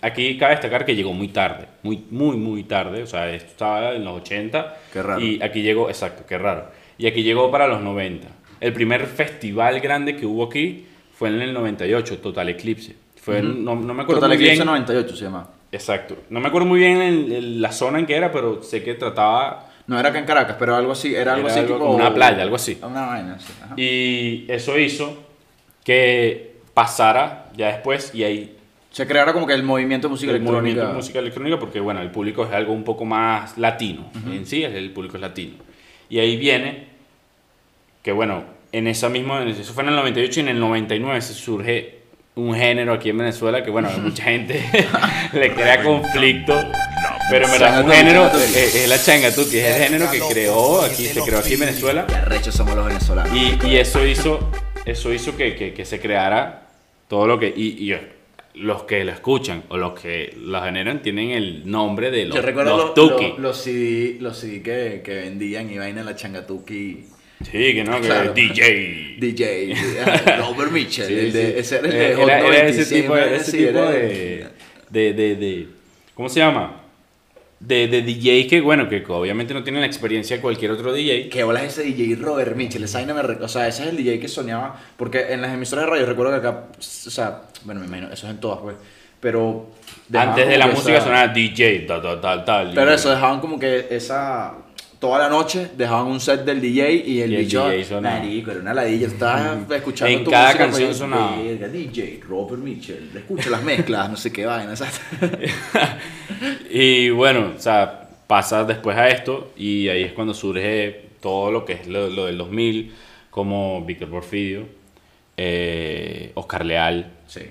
[SPEAKER 3] aquí cabe destacar que llegó muy tarde, muy, muy, muy tarde, o sea, esto estaba en los 80.
[SPEAKER 2] Qué raro.
[SPEAKER 3] Y aquí llegó, exacto, qué raro. Y aquí llegó para los 90. El primer festival grande que hubo aquí fue en el 98, Total Eclipse. Fue, en- no, no me acuerdo
[SPEAKER 2] Total
[SPEAKER 3] muy
[SPEAKER 2] Eclipse
[SPEAKER 3] bien.
[SPEAKER 2] 98 se llama.
[SPEAKER 3] Exacto. No me acuerdo muy bien el- el- la zona en que era, pero sé que trataba
[SPEAKER 2] No era acá en Caracas, pero algo así, era algo
[SPEAKER 3] Era
[SPEAKER 2] así
[SPEAKER 3] algo
[SPEAKER 2] tipo-
[SPEAKER 3] como una playa, algo así.
[SPEAKER 2] Una vaina así, ajá.
[SPEAKER 3] Y eso hizo que pasara ya después y ahí
[SPEAKER 2] Se creara como que el movimiento de música
[SPEAKER 3] el movimiento
[SPEAKER 2] electrónica.
[SPEAKER 3] de música electrónica porque bueno, el público es algo un poco más latino, en sí el- el público es latino. Y ahí viene que bueno, en esa misma, en- eso fue en el 98 y en el 99 se surge un género aquí en Venezuela que bueno, a mucha gente le crea conflicto. Pero en verdad es un
[SPEAKER 2] Changa
[SPEAKER 3] género,
[SPEAKER 2] tuki.
[SPEAKER 3] es, es la changa tuki, es el género que creó aquí, se creó aquí en Venezuela.
[SPEAKER 2] Qué arrechos somos los venezolanos.
[SPEAKER 3] Y, y eso hizo, eso hizo que, que- que se creara todo lo que. Y, y los que lo escuchan o los que lo generan tienen el nombre de los,
[SPEAKER 2] Yo recuerdo
[SPEAKER 3] los
[SPEAKER 2] lo- lo-
[SPEAKER 3] Tuki.
[SPEAKER 2] los CD, los CD que, que vendían y vaina en la changatuki
[SPEAKER 3] sí, que no, que
[SPEAKER 2] Claro.
[SPEAKER 3] DJ.
[SPEAKER 2] DJ, ajá, ah, Robert Mitchell,
[SPEAKER 3] Sí,
[SPEAKER 2] el de,
[SPEAKER 3] sí.
[SPEAKER 2] ese era el de
[SPEAKER 3] Eh,
[SPEAKER 2] Hot
[SPEAKER 3] era- era
[SPEAKER 2] 96,
[SPEAKER 3] ese tipo, de-
[SPEAKER 2] ¿no?
[SPEAKER 3] ese
[SPEAKER 2] Sí,
[SPEAKER 3] tipo
[SPEAKER 2] era-
[SPEAKER 3] de, de, de, de- ¿Cómo se llama? De, de DJ que, bueno, que obviamente no tienen la experiencia de cualquier otro DJ.
[SPEAKER 2] ¿Qué bola es ese DJ Robert Mitchell? Esa vaina me re- O sea, ese es el DJ que soñaba. Porque en las emisoras de radio, recuerdo que acá. O sea, bueno, me imagino, eso es en todas, pues. Pero. dejaban
[SPEAKER 3] Antes de
[SPEAKER 2] como
[SPEAKER 3] la
[SPEAKER 2] que
[SPEAKER 3] música
[SPEAKER 2] esa-
[SPEAKER 3] sonaba DJ, tal, tal, tal, tal.
[SPEAKER 2] Pero
[SPEAKER 3] y-
[SPEAKER 2] eso, dejaban como que esa. Toda la noche dejaban un set del DJ y el,
[SPEAKER 3] Y el
[SPEAKER 2] bicho.
[SPEAKER 3] DJ sonaba.
[SPEAKER 2] Marico, era una ladilla. Estabas escuchando
[SPEAKER 3] En cada
[SPEAKER 2] música,
[SPEAKER 3] canción
[SPEAKER 2] pues,
[SPEAKER 3] sonaba.
[SPEAKER 2] verga, DJ, Robert Mitchell. Escucha las mezclas, no sé qué vaina. ¿sabes?
[SPEAKER 3] Y bueno, o sea, pasa después a esto y ahí es cuando surge todo lo que es lo, lo del 2000, como Víctor Porfirio, eh, Oscar Leal,
[SPEAKER 2] Sí.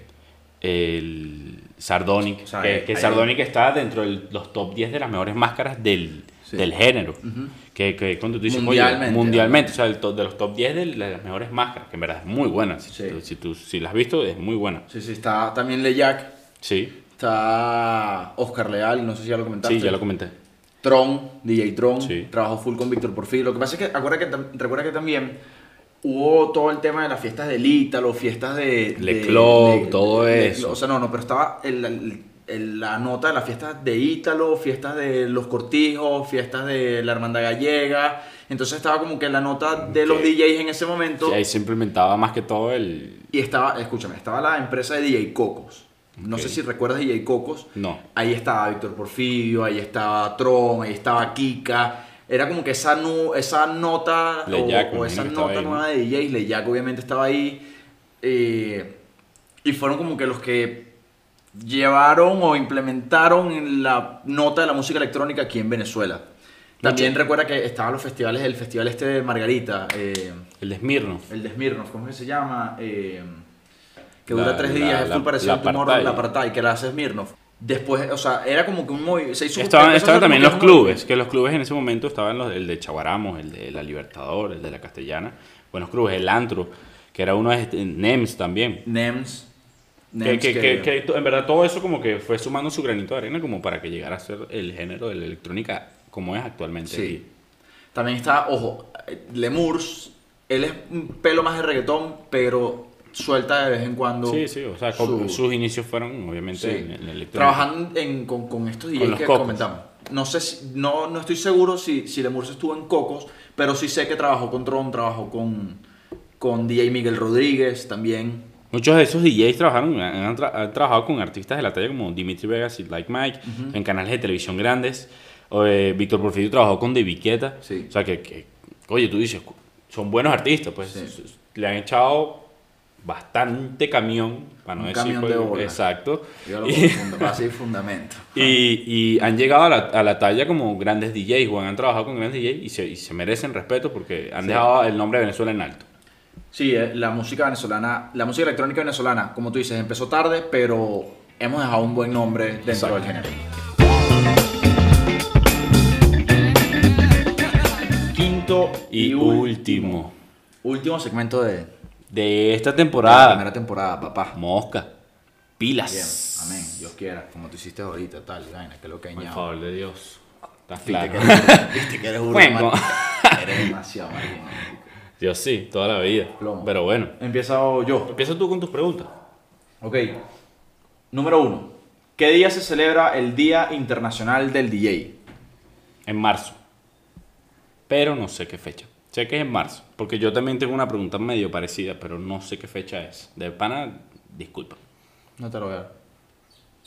[SPEAKER 3] el Sardonic,
[SPEAKER 2] O sea,
[SPEAKER 3] que,
[SPEAKER 2] eh,
[SPEAKER 3] que
[SPEAKER 2] hay-
[SPEAKER 3] Sardonic está dentro de los top 10 de las mejores máscaras del,
[SPEAKER 2] Sí.
[SPEAKER 3] del género. que, que cuando tú dices, oye,
[SPEAKER 2] Mundialmente.
[SPEAKER 3] mundialmente, o sea, el top- de los top 10 de las mejores máscaras, que en verdad es muy buena. Si,
[SPEAKER 2] Sí.
[SPEAKER 3] tú, si, tú- si la has visto, es muy buena.
[SPEAKER 2] Sí, sí, está también Leyak.
[SPEAKER 3] Sí,
[SPEAKER 2] Está Oscar Leal, no sé si ya lo comentaste.
[SPEAKER 3] sí, ya lo comenté.
[SPEAKER 2] Tron, DJ Tron,
[SPEAKER 3] Sí.
[SPEAKER 2] trabajó full con Víctor Porfirio. Lo que pasa es que, acuerda que tam- recuerda que también hubo todo el tema de las fiestas del Ítalo, fiestas de...
[SPEAKER 3] Le
[SPEAKER 2] de-
[SPEAKER 3] Club, todo eso.
[SPEAKER 2] o sea, no, no, pero estaba el- el- el- la nota de las fiestas de Ítalo, fiestas de Los Cortijos, fiestas de la Hermandad Gallega. Entonces estaba como que la nota de los
[SPEAKER 3] Ok.
[SPEAKER 2] DJs en ese momento.
[SPEAKER 3] Y ahí se implementaba más que todo el...
[SPEAKER 2] Y estaba, escúchame, estaba la empresa de DJ Cocos. No
[SPEAKER 3] Ok.
[SPEAKER 2] sé si recuerdas DJ Cocos.
[SPEAKER 3] No.
[SPEAKER 2] Ahí estaba Víctor Porfirio, ahí estaba Tron, ahí estaba Kika. Era como que esa, nu- esa nota o-
[SPEAKER 3] Leyak,
[SPEAKER 2] o,
[SPEAKER 3] me imagino
[SPEAKER 2] esa
[SPEAKER 3] que estaba
[SPEAKER 2] nota
[SPEAKER 3] ahí, ¿no?
[SPEAKER 2] nueva de DJs, Leyak obviamente estaba ahí. eh, y fueron como que los que llevaron o implementaron la nota de la música electrónica aquí en Venezuela. También recuerda que estaban los festivales, el festival este de Margarita. eh,
[SPEAKER 3] El de Smirno.
[SPEAKER 2] el de Smirnoff, ¿cómo es que se llama? Eh, que
[SPEAKER 3] La-
[SPEAKER 2] dura tres
[SPEAKER 3] la-
[SPEAKER 2] días, es
[SPEAKER 3] la-
[SPEAKER 2] full parecido
[SPEAKER 3] la
[SPEAKER 2] a Tomorrow,
[SPEAKER 3] Apartheid.
[SPEAKER 2] la apartheid, que la hace Smirnoff. Después, o sea, era como que un movimiento. Se hizo
[SPEAKER 3] Estaban,
[SPEAKER 2] empezó a
[SPEAKER 3] estaban
[SPEAKER 2] hacer
[SPEAKER 3] también
[SPEAKER 2] como
[SPEAKER 3] los
[SPEAKER 2] que un movi-
[SPEAKER 3] clubes, que los clubes en ese momento estaban los, el de Chaguaramos, el de La Libertador, el de La Castellana, buenos clubes, el Antro, que era uno de este- NEMS también.
[SPEAKER 2] NEMS.
[SPEAKER 3] Que,
[SPEAKER 2] NEMS
[SPEAKER 3] que- que- que to- en verdad todo eso como que fue sumando su granito de arena como para que llegara a ser el género de la electrónica como es actualmente.
[SPEAKER 2] Sí. También está, ojo, eh, Lemurs. Él es un pelo más de reggaetón, pero suelta de vez en cuando.
[SPEAKER 3] sí, sí, o sea,
[SPEAKER 2] su-
[SPEAKER 3] con- sus inicios fueron obviamente
[SPEAKER 2] Sí.
[SPEAKER 3] en, en la electrónica.
[SPEAKER 2] Trabajando en- con, con estos DJs
[SPEAKER 3] los
[SPEAKER 2] que
[SPEAKER 3] Cocos.
[SPEAKER 2] comentamos. No sé si- no, no estoy seguro si, si Lemurse estuvo en Cocos, pero sí sé que trabajó con Tron, trabajó con, con DJ Miguel Rodríguez también.
[SPEAKER 3] Muchos de esos DJs trabajaron, han, tra- han trabajado con artistas de la talla como Dimitri Vegas y Like Mike en canales de televisión grandes. O, eh, Víctor Porfirio trabajó con De Viqueta.
[SPEAKER 2] Sí.
[SPEAKER 3] O sea que, que, oye, tú dices, son buenos artistas, pues
[SPEAKER 2] Sí.
[SPEAKER 3] s- s- le han echado bastante camión, para no
[SPEAKER 2] Un
[SPEAKER 3] decir.
[SPEAKER 2] camión
[SPEAKER 3] cuál-
[SPEAKER 2] de bola.
[SPEAKER 3] Exacto.
[SPEAKER 2] Yo lo
[SPEAKER 3] Y-
[SPEAKER 2] pongo funda- va a ser fundamento.
[SPEAKER 3] y, y han llegado a la, a la talla como grandes DJs, Juan, han trabajado con grandes DJs y se, y se merecen respeto porque han
[SPEAKER 2] Sí.
[SPEAKER 3] dejado el nombre de Venezuela en alto.
[SPEAKER 2] Sí, eh, la música venezolana, la música electrónica venezolana, como tú dices, empezó tarde, pero hemos dejado un buen nombre dentro
[SPEAKER 3] Exacto.
[SPEAKER 2] del género. Último
[SPEAKER 3] y,
[SPEAKER 2] y
[SPEAKER 3] último,
[SPEAKER 2] último. Último segmento de, de
[SPEAKER 3] de esta
[SPEAKER 2] la
[SPEAKER 3] temporada.
[SPEAKER 2] primera temporada, papá.
[SPEAKER 3] Mosca.
[SPEAKER 2] Bien,
[SPEAKER 3] Pilas.
[SPEAKER 2] amén, Dios quiera, como tú hiciste ahorita, tal, y vaina, que lo que
[SPEAKER 3] Por
[SPEAKER 2] ñao.
[SPEAKER 3] favor de Dios. Estás
[SPEAKER 2] Viste
[SPEAKER 3] claro.
[SPEAKER 2] que- Viste que eres burro,
[SPEAKER 3] Bueno.
[SPEAKER 2] marico. Eres demasiado marico, marico.
[SPEAKER 3] Yo sí, toda la vida.
[SPEAKER 2] Plomo.
[SPEAKER 3] Pero bueno.
[SPEAKER 2] Empiezo yo.
[SPEAKER 3] Empieza tú con tus preguntas.
[SPEAKER 2] Ok. Número uno. ¿Qué día se celebra el Día Internacional del DJ?
[SPEAKER 3] En marzo. Pero no sé qué fecha. Sé que es en marzo. Porque yo también tengo una pregunta medio parecida, pero no sé qué fecha es. De pana, disculpa.
[SPEAKER 2] No te lo voy a dar.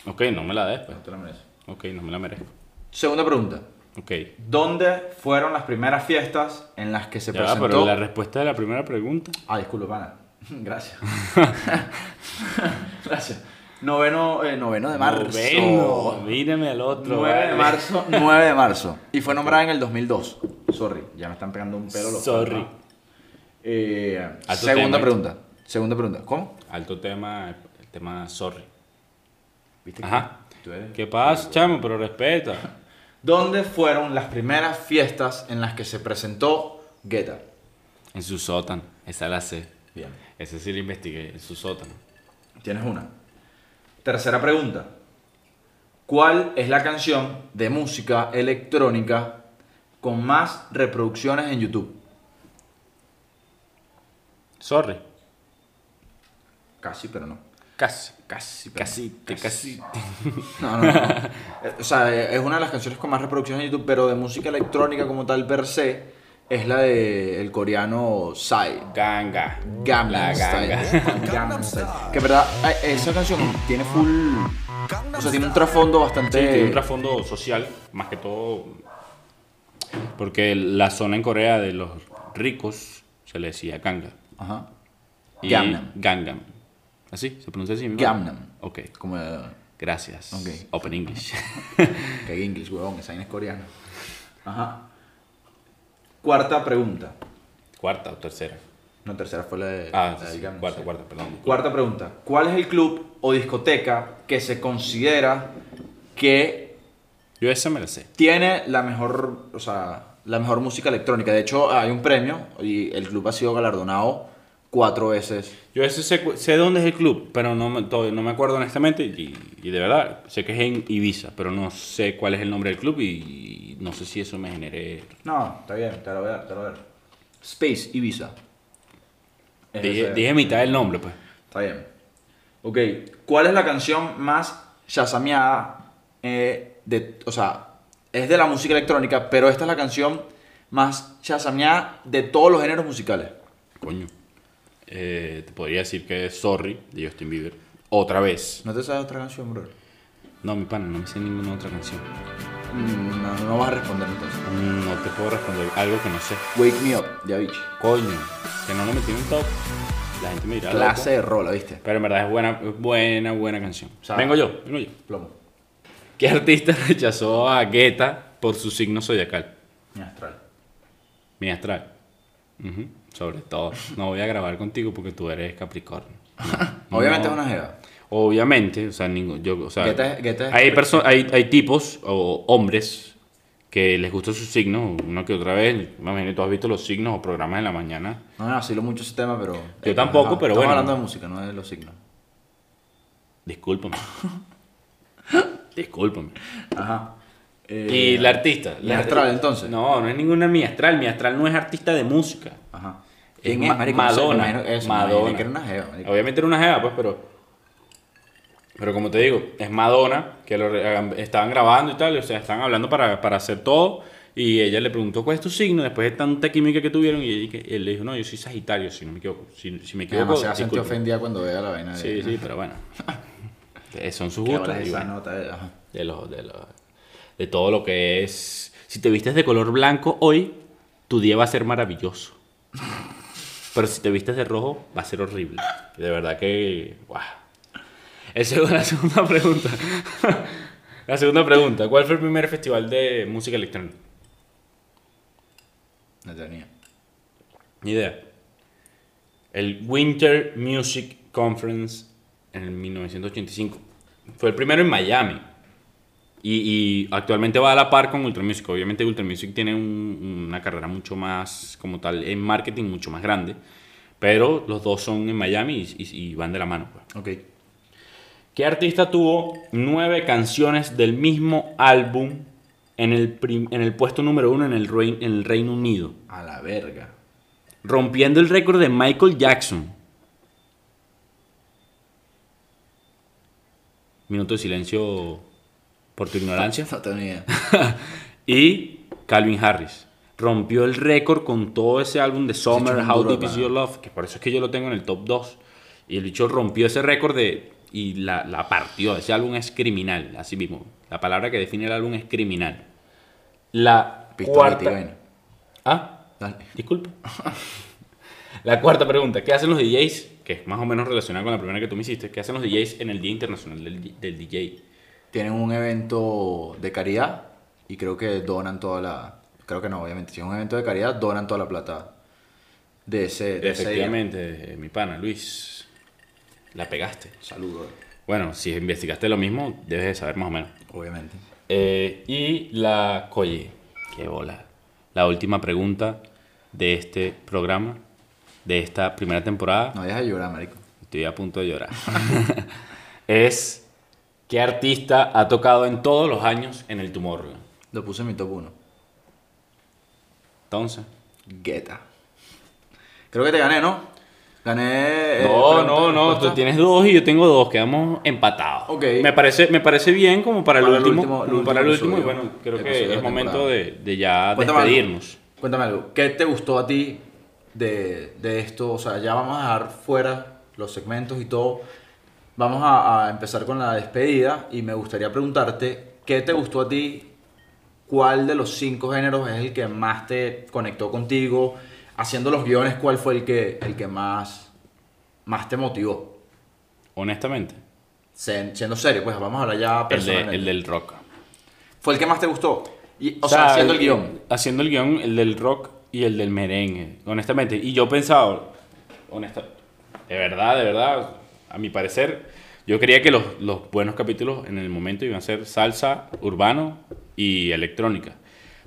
[SPEAKER 3] Ok, no me la des. pues.
[SPEAKER 2] No te lo mereces.
[SPEAKER 3] Ok, no me la merezco.
[SPEAKER 2] Segunda pregunta.
[SPEAKER 3] Ok.
[SPEAKER 2] ¿Dónde fueron las primeras fiestas en las que se
[SPEAKER 3] Ya va,
[SPEAKER 2] presentó?
[SPEAKER 3] pero la respuesta de la primera pregunta.
[SPEAKER 2] Ah, disculpa, pana. Gracias. Gracias. Noveno, eh, noveno de marzo.
[SPEAKER 3] Noveno. Mírame al otro.
[SPEAKER 2] 9 de
[SPEAKER 3] vale.
[SPEAKER 2] marzo. 9 de marzo. Y fue nombrada en el 2002. Sorry, ya me están pegando un pelo los
[SPEAKER 3] Sorry.
[SPEAKER 2] cuernos. Eh,
[SPEAKER 3] A tu
[SPEAKER 2] segunda
[SPEAKER 3] tema.
[SPEAKER 2] pregunta. Segunda pregunta. ¿Cómo?
[SPEAKER 3] Alto tema, el tema sorry.
[SPEAKER 2] ¿Viste
[SPEAKER 3] Ajá.
[SPEAKER 2] tú eres-
[SPEAKER 3] ¿Qué pasa, chamo? Pero respeta.
[SPEAKER 2] ¿Dónde fueron las primeras fiestas en las que se presentó Guetta?
[SPEAKER 3] En su sótano. Esa la sé.
[SPEAKER 2] Bien.
[SPEAKER 3] Ese sí la investigué. En su sótano.
[SPEAKER 2] Tienes una. Tercera pregunta. ¿Cuál es la canción de música electrónica con más reproducciones en YouTube?
[SPEAKER 3] Sorry.
[SPEAKER 2] Casi, pero no.
[SPEAKER 3] Casi.
[SPEAKER 2] Casi, pero
[SPEAKER 3] Casi, te casi.
[SPEAKER 2] No, no, no. Eh, O sea, eh, es una de las canciones con más reproducciones en YouTube, pero de música electrónica como tal per se, es la de el coreano Psy.
[SPEAKER 3] Ganga. La
[SPEAKER 2] Gangnam
[SPEAKER 3] ganga.
[SPEAKER 2] Style. Gangnam Style. Que verdad, ay, esa canción tiene full... O sea, tiene un trasfondo
[SPEAKER 3] Sí,
[SPEAKER 2] bastante...
[SPEAKER 3] tiene un trasfondo social, más que todo. Porque la zona en Corea de los ricos se le decía ganga.
[SPEAKER 2] Ajá.
[SPEAKER 3] Y
[SPEAKER 2] Gangnam.
[SPEAKER 3] Gangnam. ¿Así? ¿Se pronuncia así? mismo?
[SPEAKER 2] Gangnam.
[SPEAKER 3] Ok,
[SPEAKER 2] Como... eh,
[SPEAKER 3] gracias.
[SPEAKER 2] Ok.
[SPEAKER 3] Open English.
[SPEAKER 2] Que hay inglés, huevón, esa vaina es coreana. Ajá. Cuarta pregunta.
[SPEAKER 3] cuarta o tercera.
[SPEAKER 2] No, tercera fue la de...
[SPEAKER 3] Ah,
[SPEAKER 2] la
[SPEAKER 3] sí,
[SPEAKER 2] del
[SPEAKER 3] sí,
[SPEAKER 2] Gangnam
[SPEAKER 3] cuarta,
[SPEAKER 2] Style.
[SPEAKER 3] cuarta, perdón.
[SPEAKER 2] Cuarta pregunta. ¿Cuál es el club o discoteca que se considera que
[SPEAKER 3] Yo esa me la sé.
[SPEAKER 2] tiene la mejor, o sea, la mejor música electrónica? De hecho, hay un premio y el club ha sido galardonado cuatro veces.
[SPEAKER 3] Yo ese sé, cu- sé dónde es el club, pero no me, todavía no me acuerdo honestamente. Y, y de verdad, sé que es en Ibiza, pero no sé cuál es el nombre del club y no sé si eso me genere.
[SPEAKER 2] No, está bien, te lo voy a dar, te lo voy a dar. Space Ibiza. Es
[SPEAKER 3] Dije,
[SPEAKER 2] ese.
[SPEAKER 3] dije mitad del nombre, pues.
[SPEAKER 2] Está bien. Ok, ¿cuál es la canción más shazameada? eh, de, o sea, es de la música electrónica, pero esta es la canción más shazameada de todos los géneros musicales.
[SPEAKER 3] Coño. Eh, te podría decir que es Sorry de Justin Bieber. Otra vez.
[SPEAKER 2] ¿No te sabes otra canción, bro?
[SPEAKER 3] No, mi pana, no me sé ninguna otra canción.
[SPEAKER 2] Mm, No, no vas a responder entonces.
[SPEAKER 3] Mm, No te puedo responder algo que no sé.
[SPEAKER 2] Wake Me Up, de Avicii.
[SPEAKER 3] Coño. Que no lo metí en un top. La gente me dirá. loco.
[SPEAKER 2] Clase de rola, ¿viste?
[SPEAKER 3] Pero en verdad es buena, es buena, buena canción.
[SPEAKER 2] O sea-
[SPEAKER 3] vengo yo, vengo yo.
[SPEAKER 2] Plomo.
[SPEAKER 3] ¿Qué artista rechazó a Guetta por su signo zodiacal?
[SPEAKER 2] Mi astral.
[SPEAKER 3] Mi astral. Ujú, Sobre todo. No voy a grabar contigo porque tú eres Capricornio. No.
[SPEAKER 2] Obviamente
[SPEAKER 3] No.
[SPEAKER 2] es una jeva.
[SPEAKER 3] Obviamente, o sea, ningún, yo, o sea,
[SPEAKER 2] Guetta es- Guetta es-
[SPEAKER 3] hay, perso- hay, hay tipos o hombres que les gusta su signo, una que otra vez. Imagínate, tú has visto los signos o programas en la mañana.
[SPEAKER 2] No, no, sí lo mucho ese tema, pero...
[SPEAKER 3] Yo tampoco, pero
[SPEAKER 2] Estamos
[SPEAKER 3] bueno.
[SPEAKER 2] hablando de música, no de los signos.
[SPEAKER 3] Discúlpame. Discúlpame.
[SPEAKER 2] Ajá. Eh,
[SPEAKER 3] y la artista.
[SPEAKER 2] ¿mi
[SPEAKER 3] la
[SPEAKER 2] astral, entonces?
[SPEAKER 3] No, no es ninguna mi astral. Mi astral no es artista de música.
[SPEAKER 2] Ajá.
[SPEAKER 3] Es
[SPEAKER 2] ¿Quién
[SPEAKER 3] Ma-
[SPEAKER 2] marico? No sé, me
[SPEAKER 3] Madonna.
[SPEAKER 2] imagino- eso, me imaginé
[SPEAKER 3] Madonna.
[SPEAKER 2] que era una jeva, marico.
[SPEAKER 3] Obviamente era una jeva, pues, pero. Pero como te digo, es Madonna, que lo re- estaban grabando y tal, o sea, estaban hablando para, para hacer todo. Y ella le preguntó cuál es tu signo, después de tanta química que tuvieron, y ella- él le dijo, no, yo soy Sagitario, si no me equivoco. Si, si me
[SPEAKER 2] Que además
[SPEAKER 3] equivoco.
[SPEAKER 2] se va a sentir
[SPEAKER 3] disculpa".
[SPEAKER 2] ofendida cuando vea la vaina de...
[SPEAKER 3] Sí, sí, pero bueno. Eh, Son sus
[SPEAKER 2] Que
[SPEAKER 3] gustos.
[SPEAKER 2] hablas
[SPEAKER 3] y
[SPEAKER 2] esa
[SPEAKER 3] bueno,
[SPEAKER 2] nota, eh, ajá.
[SPEAKER 3] de, los- de, los- de todo lo que es. Si te vistes de color blanco hoy, tu día va a ser maravilloso. Pero si te vistes de rojo, va a ser horrible. De verdad que. ¡Guau! Esa es la segunda pregunta. la segunda pregunta. ¿Cuál fue el primer festival de música electrónica?
[SPEAKER 2] No tenía.
[SPEAKER 3] Ni idea. El Winter Music Conference en el 1985. Fue el primero en Miami. Y, y actualmente va a la par con Ultra Music. Obviamente Ultra Music tiene un- una carrera mucho más, como tal, en marketing mucho más grande. Pero los dos son en Miami y, y- y van de la mano. pues.
[SPEAKER 2] Ok.
[SPEAKER 3] ¿Qué artista tuvo nueve canciones del mismo álbum en el, prim- en el puesto número uno en el, rei- en el Reino Unido?
[SPEAKER 2] A la verga.
[SPEAKER 3] Rompiendo el récord de Michael Jackson. Minuto de silencio por tu ignorancia.
[SPEAKER 2] No tengo ni idea.
[SPEAKER 3] Y Calvin Harris. Rompió el récord con todo ese álbum de Summer,
[SPEAKER 2] un
[SPEAKER 3] How
[SPEAKER 2] duro,
[SPEAKER 3] Deep Is
[SPEAKER 2] pana.
[SPEAKER 3] Your Love, que por eso es que yo lo tengo en el top 2. Y el bicho rompió ese récord de, y la, la partió. Ese álbum es criminal, así mismo. La palabra que define el álbum es criminal. La
[SPEAKER 2] Pistola de
[SPEAKER 3] cuarta...
[SPEAKER 2] Tigre.
[SPEAKER 3] Ah,
[SPEAKER 2] Dale.
[SPEAKER 3] Disculpa. la cuarta pregunta. ¿Qué hacen los DJs? Que es más o menos relacionada con la primera que tú me hiciste. ¿Qué hacen los DJs en el Día Internacional del, del DJ?
[SPEAKER 2] Tienen un evento de caridad y creo que donan toda la. Creo que no, obviamente. Si es un evento de caridad, donan toda la plata de ese. de ese día.
[SPEAKER 3] Efectivamente, eh, mi pana, Luis. La pegaste.
[SPEAKER 2] Saludos,
[SPEAKER 3] Bueno, si investigaste lo mismo, debes de saber más o menos.
[SPEAKER 2] obviamente.
[SPEAKER 3] Eh, y la... Oye, qué bola. La última pregunta de este programa, de esta primera temporada.
[SPEAKER 2] No deja de llorar, marico.
[SPEAKER 3] Estoy a punto de llorar. es qué artista ha tocado en todos los años en el Tomorrowland.
[SPEAKER 2] Lo puse en mi top 1.
[SPEAKER 3] Entonces.
[SPEAKER 2] Guetta. Creo que te gané, ¿no? Gané. eh,
[SPEAKER 3] No,
[SPEAKER 2] pregunta,
[SPEAKER 3] no, no. Tú
[SPEAKER 2] respuesta.
[SPEAKER 3] tienes dos y yo tengo dos. Quedamos empatados.
[SPEAKER 2] Ok.
[SPEAKER 3] Me parece, me parece bien como para,
[SPEAKER 2] Para
[SPEAKER 3] el
[SPEAKER 2] el
[SPEAKER 3] último.
[SPEAKER 2] último- el
[SPEAKER 3] como para el
[SPEAKER 2] último
[SPEAKER 3] último. Y
[SPEAKER 2] episodio.
[SPEAKER 3] bueno, creo
[SPEAKER 2] Episodio
[SPEAKER 3] que
[SPEAKER 2] de
[SPEAKER 3] es
[SPEAKER 2] la
[SPEAKER 3] momento
[SPEAKER 2] temporada.
[SPEAKER 3] de, de ya
[SPEAKER 2] Cuéntame algo.
[SPEAKER 3] despedirnos.
[SPEAKER 2] Cuéntame algo. ¿Qué te gustó a ti de, de esto? O sea, ya vamos a dejar fuera los segmentos y todo. Vamos a, a empezar con la despedida y me gustaría preguntarte, ¿qué te gustó a ti? ¿Cuál de los cinco géneros es el que más te conectó contigo? Haciendo los guiones, ¿cuál fue el que, el que más, más te motivó?
[SPEAKER 3] Honestamente.
[SPEAKER 2] Sen- siendo serio, pues vamos a hablar ya
[SPEAKER 3] El, de-
[SPEAKER 2] personalmente.
[SPEAKER 3] el del rock.
[SPEAKER 2] ¿Fue el que más te gustó? Y- o, sea, haciendo el guión.
[SPEAKER 3] eh, Haciendo el guión, el del rock y el del merengue, honestamente. Y yo pensaba, honesta, de verdad, de verdad, a mi parecer, yo creía que los, los buenos capítulos en el momento iban a ser salsa, urbano y electrónica.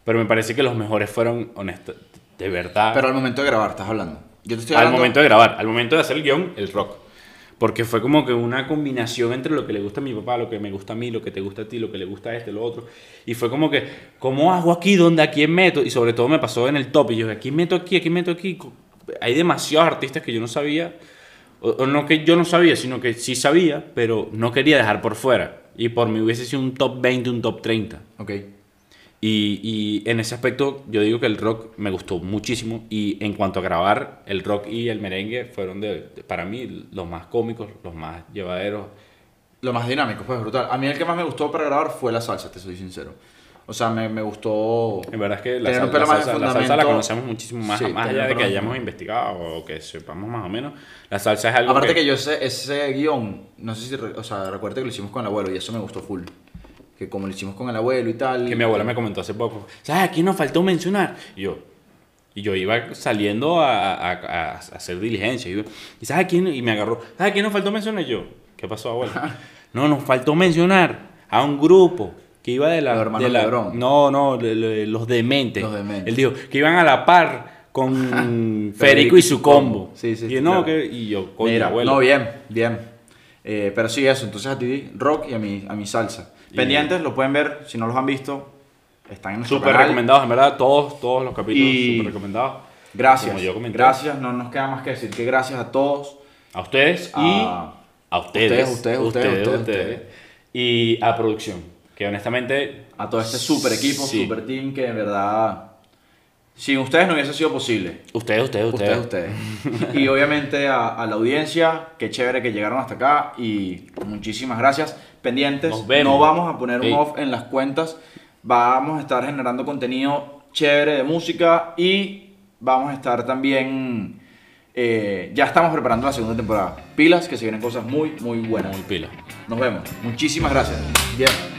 [SPEAKER 3] Pero me parece que los mejores fueron, honesta, de verdad,
[SPEAKER 2] Pero al momento de grabar, estás hablando. Yo te estoy
[SPEAKER 3] Ah. al
[SPEAKER 2] hablando...
[SPEAKER 3] momento de grabar, al momento de hacer el guión, el rock. Porque fue como que una combinación entre lo que le gusta a mi papá, lo que me gusta a mí, lo que te gusta a ti, lo que le gusta a este, lo otro. Y fue como que, ¿cómo hago aquí? ¿Dónde? ¿A quién meto? Y sobre todo me pasó en el top. Y yo, ¿a quién meto aquí? ¿A quién meto aquí? Co- Hay demasiados artistas que yo no sabía. O, o no que yo no sabía, sino que sí sabía, pero no quería dejar por fuera. Y por mí hubiese sido un top 20, un top 30.
[SPEAKER 2] Ok.
[SPEAKER 3] Y, y en ese aspecto yo digo que el rock me gustó muchísimo y en cuanto a grabar, el rock y el merengue fueron de, de- para mí los más cómicos, los más llevaderos.
[SPEAKER 2] Lo más dinámico, pues brutal. A mí el que más me gustó para grabar fue la salsa, te soy sincero. O sea, me, me gustó.
[SPEAKER 3] En verdad es que la,
[SPEAKER 2] Tener un
[SPEAKER 3] sal-
[SPEAKER 2] pelo
[SPEAKER 3] la
[SPEAKER 2] más de
[SPEAKER 3] salsa, la salsa
[SPEAKER 2] fundamento.
[SPEAKER 3] la conocemos muchísimo más,
[SPEAKER 2] Sí,
[SPEAKER 3] más
[SPEAKER 2] tener
[SPEAKER 3] allá
[SPEAKER 2] un
[SPEAKER 3] de que
[SPEAKER 2] pelo-
[SPEAKER 3] hayamos investigado o que sepamos más o menos. La salsa es algo
[SPEAKER 2] Aparte que, yo ese, ese guión, no sé si. re- O sea, recuerda que lo hicimos con el abuelo y eso me gustó full. Que como lo hicimos con el abuelo y tal.
[SPEAKER 3] que mi abuela me comentó hace poco, ¿sabes? Aquí nos faltó mencionar. Y yo, y yo iba saliendo a, a- a- a hacer diligencia. Y, yo, "¿Y ¿sabes a quién? Y me agarró, ¿sabes a quién nos faltó mencionar? Y yo, ¿qué pasó, abuela? no, nos faltó mencionar a un grupo que iba de la...
[SPEAKER 2] Los hermanos
[SPEAKER 3] de la-
[SPEAKER 2] Lebrón.
[SPEAKER 3] No, no, le- le- los dementes.
[SPEAKER 2] Los dementes.
[SPEAKER 3] Él dijo, que iban a la par con Federico
[SPEAKER 2] Federico
[SPEAKER 3] y su combo.
[SPEAKER 2] Sí, sí,
[SPEAKER 3] Y
[SPEAKER 2] sí,
[SPEAKER 3] yo, no,
[SPEAKER 2] claro.
[SPEAKER 3] que- y yo, coño,
[SPEAKER 2] Mira,
[SPEAKER 3] abuela.
[SPEAKER 2] no, bien, bien. Eh, pero sí, eso. Entonces a ti rock y a mi, a mi salsa.
[SPEAKER 3] Y-
[SPEAKER 2] Pendientes, lo pueden ver. Si no los han visto, están en nuestro
[SPEAKER 3] Súper
[SPEAKER 2] canal.
[SPEAKER 3] recomendados, en verdad, todos, todos los capítulos
[SPEAKER 2] Y-
[SPEAKER 3] súper recomendados.
[SPEAKER 2] Gracias.
[SPEAKER 3] Como yo comenté.
[SPEAKER 2] gracias. No nos queda más que decir que gracias a todos.
[SPEAKER 3] A ustedes y
[SPEAKER 2] A-
[SPEAKER 3] a ustedes.
[SPEAKER 2] Ustedes, ustedes, ustedes, ustedes.
[SPEAKER 3] Y a producción. Que honestamente.
[SPEAKER 2] a todo este super equipo,
[SPEAKER 3] Sí.
[SPEAKER 2] super team que en verdad sin ustedes no hubiese sido posible.
[SPEAKER 3] Ustedes, ustedes, ustedes.
[SPEAKER 2] Ustedes, ustedes. y obviamente a, a la audiencia, qué chévere que llegaron hasta acá y muchísimas gracias. Pendientes,
[SPEAKER 3] Nos vemos.
[SPEAKER 2] no vamos a poner un
[SPEAKER 3] Sí.
[SPEAKER 2] off en las cuentas, vamos a estar generando contenido chévere de música y vamos a estar también, eh, ya estamos preparando la segunda temporada. Pilas, que se vienen cosas muy, muy buenas.
[SPEAKER 3] Muy pila.
[SPEAKER 2] Nos vemos. Muchísimas gracias. Bien.